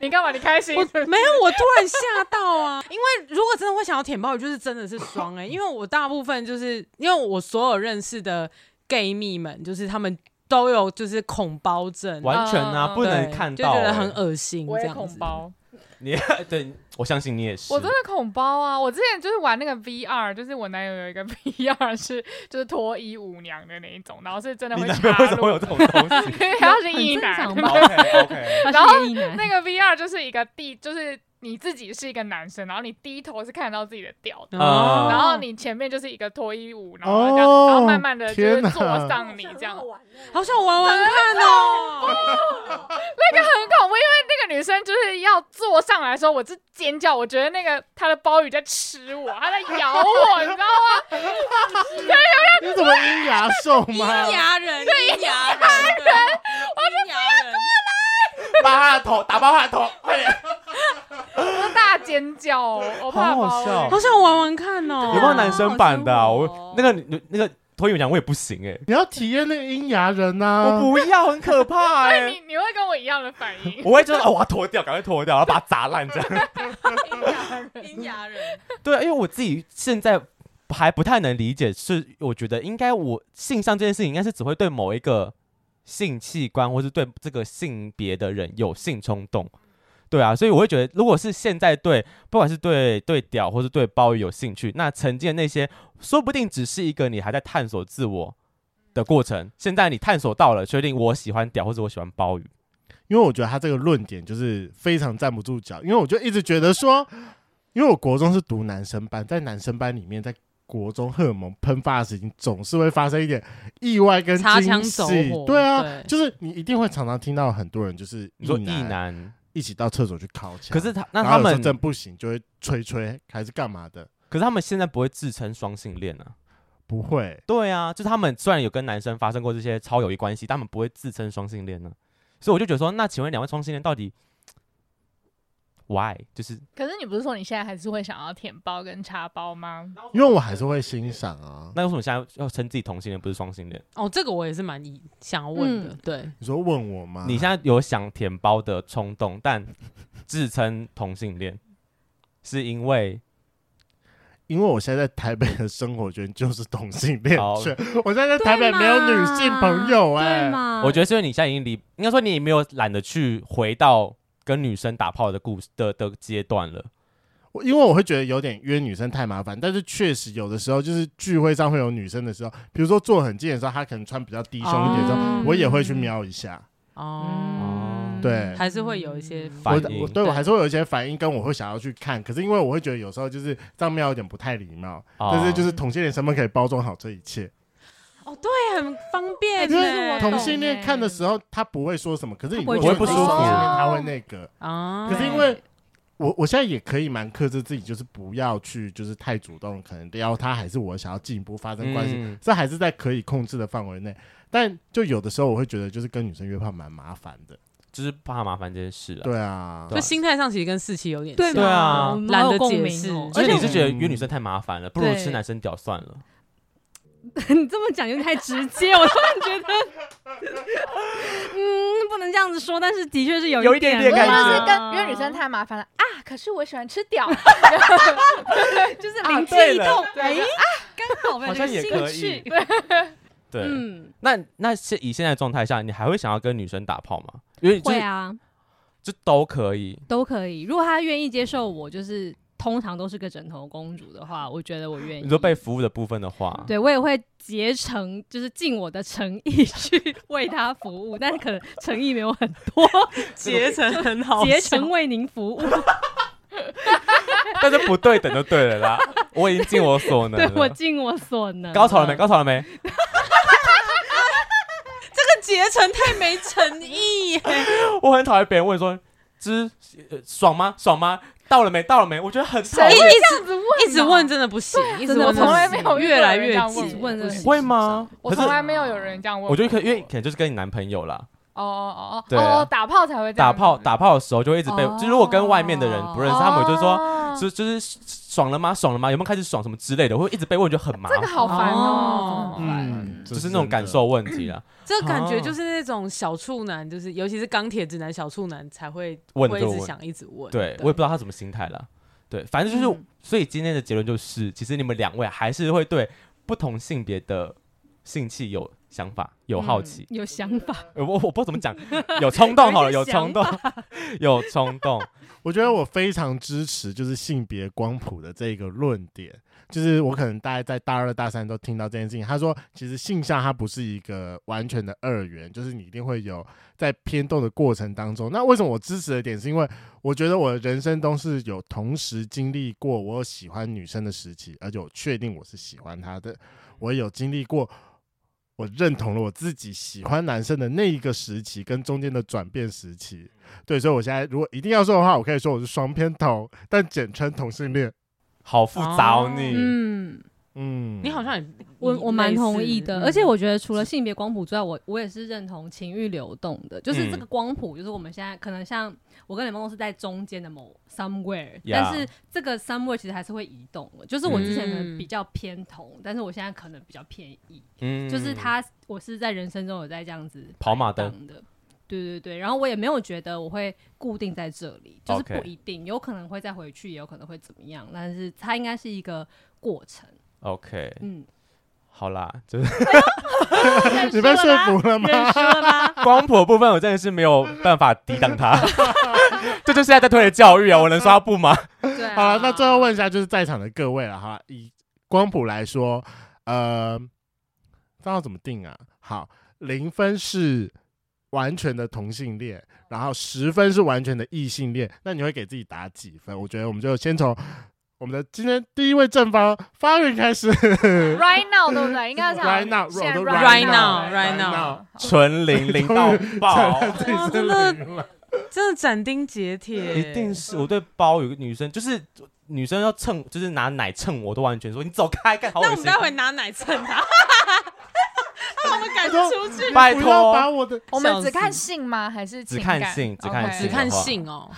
你干嘛？你开心？
我没有，我突然吓到啊！ [LAUGHS] 因为如果真的会想要舔包，我就是真的是双 [LAUGHS] 哎、因为我大部分就是因为我所有认识的 gay 蜜们，就是他们都有就是恐包症，
完全啊，
嗯
不能
对
看
就
到、
觉
欸，
得很恶心
我
这
也
样
恐
子。
包，
你 [LAUGHS] 对我相信你也是，
我真的恐包啊！我之前就是玩那个 VR，就是我男友有一个 [LAUGHS] VR 是就是脱衣舞娘的那一种，然后是真的
你
会
男朋
插
友为什么会
入，
有这种东
[LAUGHS]
西
然后是
很
一
正
男
常，吧
？OK [LAUGHS] OK，
他
然后
是一男，
[LAUGHS] 那个 VR 就是一个地，就是你自己是一个男生，然后你低头是看得到自己的屌
嗯
嗯
的。
哦
然后你前面就是一个脱衣舞，然后
哦
这样，然后慢慢的就是
天哪
坐上你这样，那
好想玩玩看哦！
个很恐怖，因为那个女生就是要坐上来的时候，我是尖叫，我觉得那个她的包雨在吃我，她在咬我，你知道吗？
你怎么阴牙兽
阴
吗？
阳人，阴阳人，阴阳人，
拉他的啊头，打爆他的头，快点！
我大尖叫哦，我怕
好好
包
笑
雨
好想玩玩看哦！
有没有男生版的、啊？
好生活
我那个女那个脱衣舞娘我也不行哎、
你要体验那个阴牙人啊呐、
我不要，很可怕 [LAUGHS] 哎、
你你会跟我一样的反
[LAUGHS]
[LAUGHS]
应，
我会就是哦，我要脱掉，赶快脱掉，然后把它砸烂这样。
阴阳人，
[LAUGHS] 对，因为我自己现在还不太能理解，是我觉得应该我性向这件事情，应该是只会对某一个性器官或是对这个性别的人有性冲动。对啊，所以我会觉得，如果是现在对，不管是对对屌或是对鲍鱼有兴趣，那曾经的那些说不定只是一个你还在探索自我的过程。现在你探索到了，确定我喜欢屌或者我喜欢鲍鱼，
因为我觉得他这个论点就是非常站不住脚，因为我就一直觉得说，因为我国中是读男生班，在男生班里面，在国中荷尔蒙喷发的事情，总是会发生一点意外跟
擦枪
惊喜
走火，
对啊，
对
就是你一定会常常听到很多人就是
你说
一
意
男
男，
一起到厕所去烤枪，
可是他那
然后
他
有时候
们，
真不行就会吹吹还是干嘛的，
可是他们现在不会自称双性恋啊。
不会。
对啊，就是他们虽然有跟男生发生过这些超友谊关系，但他们不会自称双性恋呢、所以我就觉得说，那请问两位双性恋到底 why？就是
可是你不是说你现在还是会想要舔包跟插包吗？
因为我还是会欣赏啊。
那为什么现在要称自己同性恋不是双性恋？
哦，这个我也是蛮疑想要问的
嗯，
对，
你说问我吗？
你现在有想舔包的冲动，但自称同
[LAUGHS]
性恋，是因为
因为我现在在台北的生活圈就是同性恋
好
圈，我现在在台北没有女性朋友哎、
对嘛？
我觉得是因为你现在已经离，应该说你也没有懒得去回到跟女生打炮的故事的的阶段了。
我因为我会觉得有点约女生太麻烦，但是确实有的时候就是聚会上会有女生的时候，比如说坐很近的时候，她可能穿比较低胸一点的时候，
哦
我也会去瞄一下。
哦，
嗯
对
还是会有一些
反
我
应
的我对
对
我还是会有一些反应，跟我会想要去看，可是因为我会觉得有时候就是这样瞄有点不太礼貌，
哦
但是就是同性恋身份可以包装好这一切。
哦，对，很方便
因
呢，
为同
懂
性恋
欸
看的时候，他不会说什么，可是你
他不会
如果是
觉得不舒服
同性恋他会那个。
啊，
可是因为我我现在也可以蛮克制自己，就是不要去就是太主动，可能撩他，还是我想要进一步发生关系，
嗯
这还是在可以控制的范围内。但就有的时候我会觉得，就是跟女生约炮蛮麻烦的。
就是怕麻烦这件事啊。
对啊，
就心态上其实跟四期有点
对
像
对啊
嘛
懒得
我们好有共
解
鸣
释
哦
而
而
且
且
你是
我
觉得约女生太麻烦了，不如
对
吃男生屌算了。
[LAUGHS] 你这么讲有点太直接，我突然觉得，嗯，不能这样子说，但是的确是有
有一
一点
点点
我
感
就
觉
是跟约女生太麻烦了啊！可是我喜欢吃屌，
就是
啊
灵机
对
一
了
动，
对啊
哎，刚好没有
好像也
兴
可以
趣，
对，
嗯，
那那现以现在的状态下，你还会想要跟女生打炮吗？因为就
会
是、
啊，
就都可以，
都可以。如果他愿意接受我，就是通常都是个枕头公主的话，我觉得我愿意。
你说被服务的部分的话，
对我也会竭诚，就是尽我的诚
[LAUGHS]
意去为他服务，但是可能诚意没有很多，
竭诚很好，
竭诚。为您服务。
但是不对等就对了
[LAUGHS]
啦。我已经尽我所能
对
了。
我尽我所能。
高潮了没？高潮了没？
这竭诚太没诚意耶，
我很讨厌别人问说之、呃爽吗？爽吗？到了没？到了没？我觉得很讨
谁
厌。
会这样子问啊？
[LAUGHS] 一直问真的不 [LAUGHS] 行，一直
真的
问
我从
来没有遇
越
过
来
有人
越
这样
一
紧
直
我
问真的很
会吗？
我
可
从
是
来没有有人这样问。
我觉得可因为可能就是跟你男朋友啦，
哦哦哦
对啊
哦，打炮才会这样
打
子
炮打炮的时候就会一直被，
哦
就如果跟外面的人不认识，他们就说。
嗯
哦
就就是爽了吗？爽了吗？有没有开始爽什么之类的？会一直被问，就很麻
这个
烦，
好烦
哦
哦。
嗯，
就是那种感受问题啊
[CLEARS THROAT]
啦。
这感觉就是那种小处男，就是尤其是钢铁直男小处男才会
问
会
这
一
个
直
问
想一直问。
对，我也不知道他什么心态啦。对，反正就是，
嗯
所以今天的结论就是，其实你们两位还是会对不同性别的性器有想法、有好奇。
有想法，
呃我我不知道怎么讲， [LAUGHS] 有冲动好了，
嗯有
有
一些想
冲动， [LAUGHS] 有冲动。
我觉得我非常支持就是性别光谱的这个论点，就是我可能大概在大二、大三都听到这件事情。他说，其实性向它不是一个完全的二元，就是你一定会有在偏动的过程当中。那为什么我支持的点，是因为我觉得我的人生都是有同时经历过我有喜欢女生的时期，而且我确定我是喜欢她的，我有经历过。我认同了我自己喜欢男生的那一个时期，跟中间的转变时期，对，所以我现在如果一定要说的话，我可以说我是双偏头，但简称同性恋。
好复杂哦，你、
嗯，
嗯，
你好像也
我
你
我蛮
类似
同意的，
嗯
而且我觉得除了性别光谱之外，我我也是认同情欲流动的，就是
嗯
这个光谱，就是我们现在可能像我跟雷梦都是在中间的某 somewhere，
Yeah
但是这个 somewhere 其实还是会移动的，就是我之前可能
嗯
比较偏同，但是我现在可能比较偏异，
嗯哦
就是他，我是在人生中有在这样子
跑马灯
荡的。对对对，然后我也没有觉得我会固定在这里，就是
OK
不一定有可能会再回去，也有可能会怎么样，但是它应该是一个过程。
OK，
嗯，
好啦，就是
你被说服了吗？
啊
认输了吧？
光谱的部分，我真的是没有办法抵挡他。 [LAUGHS] 这就是在在推的教育啊，我能说他不吗？
对、啊。
好了，那最后问一下，就是在场的各位了哈，以光谱来说，呃，这要怎么定啊？好，零分是完全的同性恋，然后十分是完全的异性恋，那你会给自己打几分？我觉得我们就先从我们的今天第一位正方发源开 [LAUGHS]
哦
始。
Right now，对不对？应该是
Right now，
现在
我都
right now，right
right
now
纯零零到爆，
哇，真的真的斩钉截铁，
一定是我对包有个女生，就是女生要蹭，就是拿奶蹭我，都完全说你走开，干好
那
恶
我们
心。
待会拿奶蹭他， [LAUGHS] 让我们赶出去。
拜
不要把
托，
我的
我们只看性吗？还是
只
情
看
感
性只看
OK
性
只看性哦，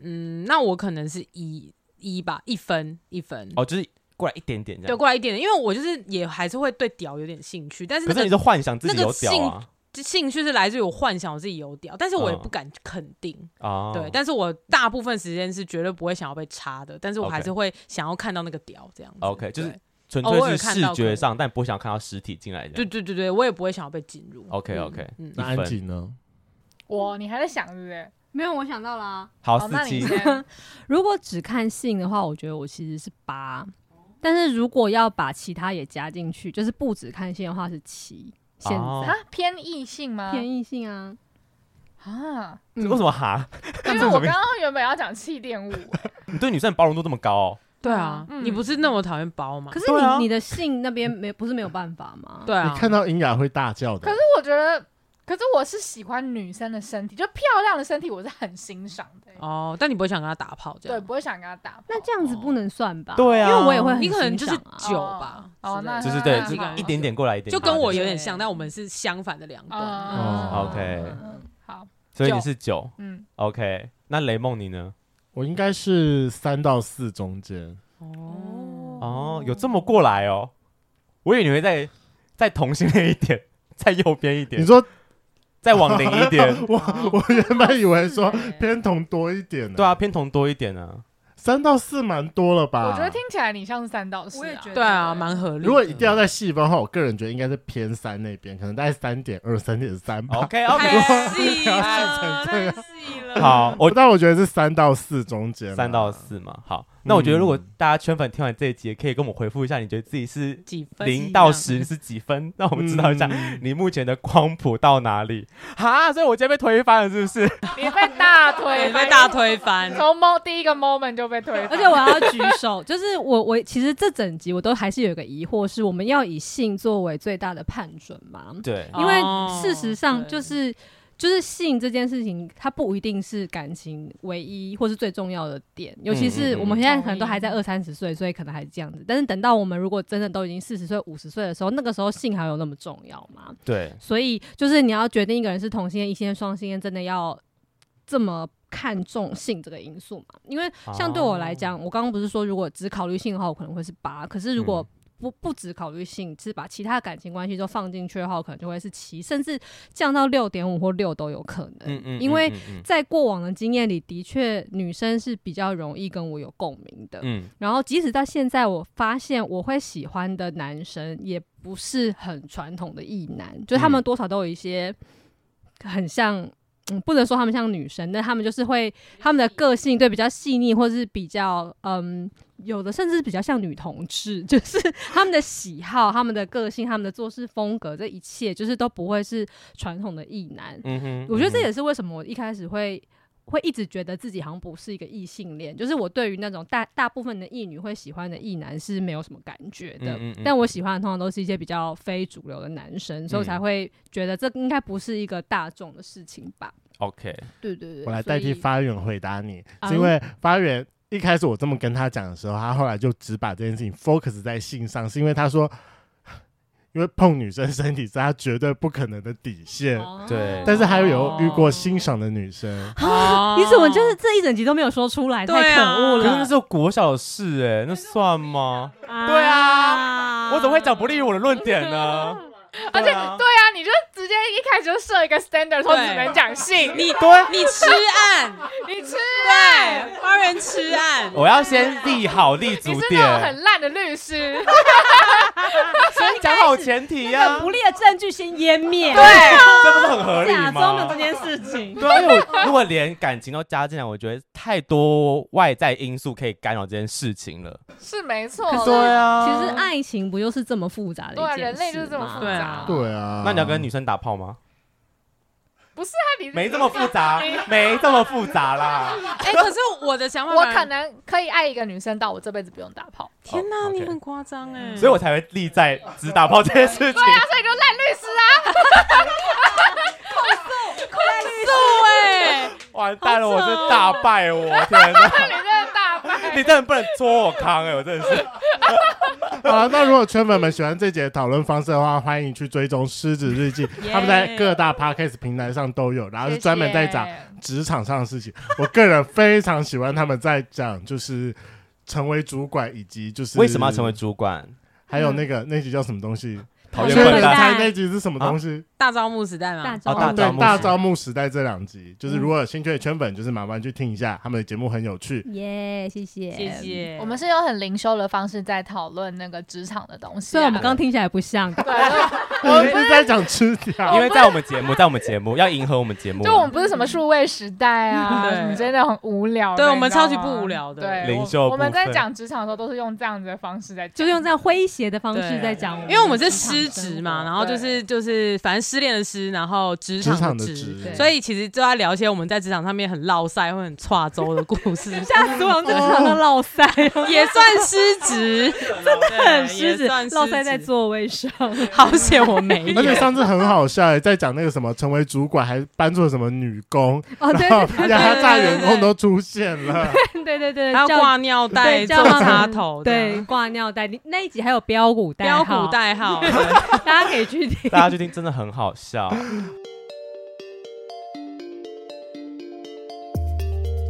嗯，那我可能是一一吧，一分一分，
哦，就是过来一点点这
对，
样。
过来一点点，因为我就是也还是会对屌有点兴趣，但是
可
那
是你
个
就幻想自己有屌啊
兴趣是来自于我幻想我自己有屌，但是我也
嗯
不敢肯定，
啊！
对，但是我大部分时间是绝对不会想要被插的，但是我
OK
还是会想要看到那个屌这样子
OK，就是
对
纯
偶尔
粹是
看
视
到可
觉
以
上，但不会想看到实体进来这
对
样。
对对对，我也不会想要被进入。
OK
嗯
OK，
嗯，
那安吉呢？
我你还在想是不是？
哦
没有，我想到了啊、
好
好，那
司
你
机，
先。
如果只看性的话，我觉得我其实是八，但是如果要把其他也加进去，就是不只看性的话是七。现在、
哦
啊，偏异性吗？
偏异性啊，
[LAUGHS]
啊，
为
嗯
什么哈？
因为我刚刚原本要讲气垫物，
你对女生的包容度这么高哦？
对啊，
嗯
你不是那么讨厌包吗
可？是
对
你、
啊
你的性那边没不是没有办法吗？
对啊
你，看到英雅会大叫的
可。是我觉得，可是我是喜欢女生的身体，就漂亮的身体，我是很欣赏的。欸
哦，但你不会想跟他打炮这
对，
样。
不会想跟他打炮。
那这样子不能算吧？
对啊
因为我也会很
你可能
欣
就是
赏啊
九吧，
哦
之类的
那
就是
啊
对，
那
就
好
一点点过来一点点，
就跟我有点
对
像，但我们是相反的两
哦
端。
啊
嗯，OK
嗯好，
所以你
九
是九
嗯，
，OK。那雷梦你呢？
我应该是三到四中间，
哦，
哦，有这么过来哦？我以为你会再再同性恋一点， [LAUGHS] 再右边一点，
你说
再往零一点
[LAUGHS] ，我我原本以
嗯
为说
是欸
偏同多一点呢，
对啊，偏同多一点啊。
三到四蛮多了吧？
我觉得听起来你像是三到四、啊，
我也觉得
对啊，蛮合理的。
如果一定要在细分的话，我个人觉得应该是偏三那边，可能大概三点二、三点三吧。
[LAUGHS]
OK
太
OK，
细了，太细了。
好，
[LAUGHS]
我
我但我觉得是三到四中间啊嘛，
三到四嘛。好，那我觉得如果
嗯
大家圈粉听完这一集，也可以跟我们回复一下，你觉得自己是
几分？
零到十是几分？让我们知道一下
嗯
你目前的光谱到哪里。哈，所以我今天被推翻了，是不是？
你被大推
对，，被大，推 [LAUGHS] 翻。
啊
从 mo 第一个 moment 就被推翻，
[LAUGHS] 而且我要举手，就是我我其实这整集我都还是有一个疑惑，是我们要以性作为最大的判准吗？
对
因为
哦
事实上
对
就是、就是性这件事情，它不一定是感情唯一或是最重要的点，尤其是
嗯嗯
我们现在
同
可能都还在
意
二三十岁，所以可能还是这样子。但是等到我们如果真的都已经四十岁、五十岁的时候，那个时候性还有那么重要吗？
对，
所以就是你要决定一个人是同性恋、异性恋、双性恋，真的要这么看重性这个因素嘛？因为 [LAUGHS] 像对
哦
我来讲，我刚刚不是说如果只考虑性的话，我可能会是八，可是如果
嗯
不不只考虑性，是把其他感情关系都放进去的话，我可能就会是七，甚至降到六点五或六都有可能。
嗯嗯，
因为
嗯嗯
在过往的经验里，的确女生是比较容易跟我有共鸣的。
嗯
然后即使到现在，我发现我会喜欢的男生也不是很传统的异男，就是他们
嗯
多少都有一些很像。嗯，不能说他们像女生，但他们就是会他们的个性对比较细腻，或是比较嗯，有的甚至比较像女同志， [LAUGHS] 就是他们的喜好、他们的个性、他们的做事风格，这一切就是都不会是传统的异男。
嗯哼，
我觉得这
嗯哼
也是为什么我一开始会会一直觉得自己好像不是一个异性恋，就是我对于那种大大部分的异女会喜欢的异男是没有什么感觉的。
嗯嗯嗯嗯
但我喜欢的通常都是一些比较非主流的男生，所以我才会觉得这应该不是一个大众的事情吧？
OK，
对对对，
我来代替发源回答你，
啊
是因为发源一开始我这么跟他讲的时候，他后来就只把这件事情 focus 在性上，是因为他说，因为碰女生身体是他绝对不可能的底线，
哦
哦
啊
对
但是还有遇过欣赏的女生，
哦
哦你怎么就是这一整集都没有说出来？太
对
可
啊
恶
可是那
了！
是国小的事哎、那算吗？
对啊
我怎么会讲不利于我的论点呢？
而且对
对啊
啊，你就直接一开始就设一个 standard 说
对
只能讲性，
你
对啊
你吃案，
你
[LAUGHS]
吃哎，
对，花园吃案，
我要先立好立
你
足
是那种
点，
很烂的律
[LAUGHS]
师，
先讲好前提呀、
那个不利的证据先湮灭，
对，
这不是很合理
假装的这
吗？
件事
[LAUGHS]
情。
对啊，因为我如果连感情都加进来，我觉得太多外在因素可以干扰这件事情了。
是没错
可是
啦。
啊
其实，爱情不就是这么复杂的一
对啊
件事
人
吗？
类就是这么复杂
对啊
对啊，
[LAUGHS] 那你要跟女生打炮吗？
那你
没这么复
[LAUGHS]
杂，没这么复杂啦。
哎，可是我的想法
我
反而，
可能可以爱一个女生到我这辈子不用打炮，
天哪，
哦，OK
你很夸张哎，
所以我才会立在只打炮这件事情。
啊，所以就烂律师啊。
素哎，
完蛋了，
好
我
扯哦
是大败我，天哪！
你真的大
[LAUGHS]
[LAUGHS]
败
你。真的不能戳我康哎、我真的是。
好啊了，那如果圈粉们喜欢这节讨论方式的话，欢迎去追踪《狮子日记》，他们在各大 podcast 平台上都有，然后是专门在讲职场上的事情。我个人非常喜欢他们在讲，就是成为主管以及就是
[LAUGHS] 为什么要成为，哦主管？
还有那个那集叫什么东西？
讨
厌
圈
笨
人
蛋
才那集是什么东西？
大招募时代嘛，
大
啊
招
大
哦
招
对，
募
大
时嗯
招募时代这两集，就是如果有兴趣的圈粉，就是麻烦去听一下，他们的节目很有趣。
耶谢谢，
谢。谢，
我们是用很灵修的方式在讨论那个职场的东西啊。
虽然我们刚听起来不像，
对，
我 [LAUGHS] 们是在讲吃条，
因为在我们节目，在我们节目要迎合我们节目
就，我们不是什么数位时代啊，
对
什么真的很无聊的。
对
你
我们
知道
超级
吗
不无聊的
对，
灵
我
修的
我们
部
在
分
讲职场的时候都是用这样子的方式在讲，
就是用这样诙谐的方式
对
在讲，因
因为我们是失职嘛，然后就是就是反正失恋的失，然后职
职
场
场
的
的
职，
职，
所以其实就在聊一些我们在职场上面很落塞或很差周的故事， [LAUGHS]
[LAUGHS] 吓死我，这个
哦
的落塞，
也算失职，真的
很失职，落塞
塞
在座
[LAUGHS]
位上，
好险我没有
而。且上次很好笑、欸，在讲那个什么成为主管，还搬出了什么女工，
哦，对
然后压榨
对对
员工都出现了。
对对
[LAUGHS]
对对，
还有
叫
挂尿袋、
对叫
做
他们
插头，
对，挂尿袋，你那一集还有标股代
标
号，
虎，代
[LAUGHS]
号。
大家可以去听
大。家就听真的很好笑。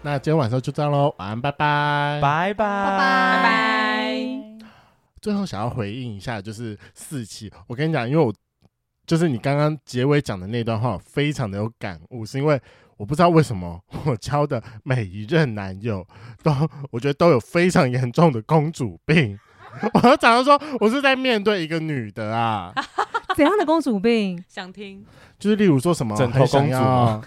那今天晚上就这样喽，晚安，拜拜。
拜拜，
拜
拜
拜
拜。
最后想要回应一下，就是四期，我跟你讲，因为我就是你刚刚结尾讲的那段话，我非常的有感悟，是因为我不知道为什么我交的每一任男友都，我觉得都有非常严重的公主病。 [LAUGHS] 我常常说，我是在面对一个女的啊，
怎样的公主病？
想听，
就是例如说什么
枕头
很想
公主
要
吗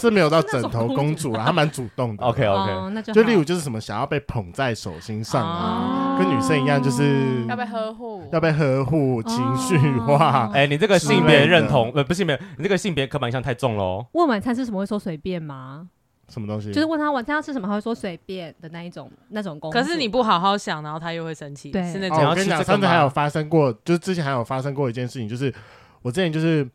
是没有到
是那
枕
种
头
公
公
主
主
吗
啦，她蛮主动的。
[LAUGHS] OK OK，
哦，那就
就
好
例如就是什么想要被捧在手心上啊，
哦
跟女生一样就是
要被呵护，
要被呵护、情绪化
哦。
哎，你这个
之
性别
类
认
的
同，呃，不是性别，你这个性别刻板印象太重哦喽。
问晚餐吃什么会说随便吗？
什么东西？
就是问他晚餐要吃什么，他会说随便的那一种那种公主。
可是你不好好想，然后他又会生气，
对
是那
哦
想要
我跟你
吃
讲，
这个
上次还
吗
有发生过，就是之前还有发生过一件事情，就是我之前就是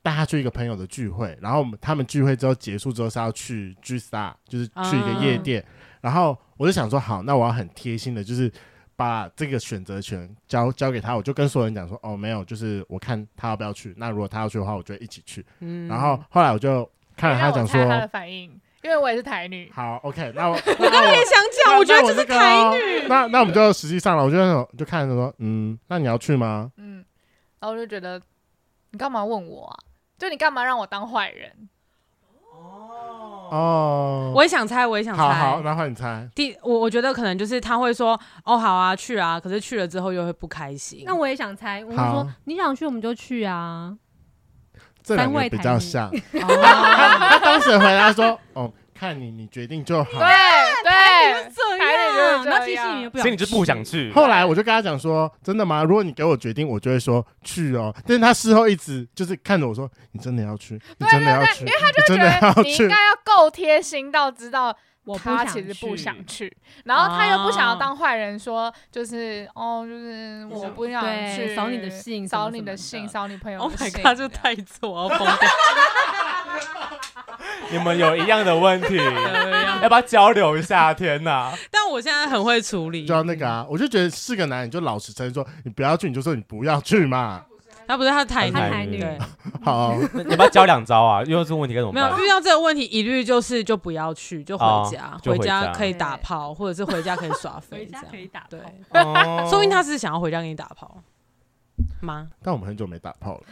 带他去一个朋友的聚会，然后我们他们聚会之后结束之后是要去 G Star，就是去一个夜店，然后我就想说，好，那我要很贴心的，就是。把这个选择权交交给他，我就跟所有人讲说，哦，没有，就是我看他要不要去。那如果他要去的话，我就一起去。
嗯
然后后来我就看了
让
他讲
我猜他的
说，
反应，因为我也是台女，
好，OK，那我
我刚刚也想讲，我觉得这是台女，
女。那那我们就实际上了，我就那种就看着说，嗯，那你要去吗？
嗯，然后我就觉得你干嘛问我啊？就你干嘛让我当坏人？
哦，
我也想猜，我也想
好好，
猜。
然后你猜，
第我我觉得可能就是他会说哦好啊去啊，可是去了之后又会不开心。
那我也想猜，我们
好
说你想去我们就去啊。
这两
三
个
位
比
台
较
女
像。
[LAUGHS]
哦 [LAUGHS]
他当时回答说，哦，看你，你决定就好。
啊
啊
对对，
这
台女就是这
哎那其实
样
你也不
所
想，
以你就不想 [LAUGHS] 去，
后来我就跟他讲说，真的吗？如果你给我决定，我就会说去哦。但是他事后一直就是看着我说，你真的要去，你真的要去，你
就
真
觉
的要
得你应
去
该。要够贴心到知道
我不
他
想
其实不
去哦
想去，然后他又不想要当坏人，说就是哦，就是我不想
对
去，
扫你的兴什么
扫你
什么
的
的
兴，扫你朋友
，Oh
的
my
兴。
god，这太错，我要疯掉。
你们有一样的问题，
[LAUGHS]
要不要交流一下？天哪！
但我现在很会处理
就。要那个啊，我就觉得是个男人，你就老实承认说，你不要去，你就说你不要去嘛。
他不是他台
他
女，
台女
对，
好，
那要不要教两招啊？遇到这个问题该怎么
没有
办？
遇到这个问题，一律就是就不要去，就回
哦
家，
就回
家
家
可以打炮，或者是回家可以
[LAUGHS]
耍废，这样
以打
对。
哦
说不定他是想要回家给你打炮吗？
但我们很久没打炮了。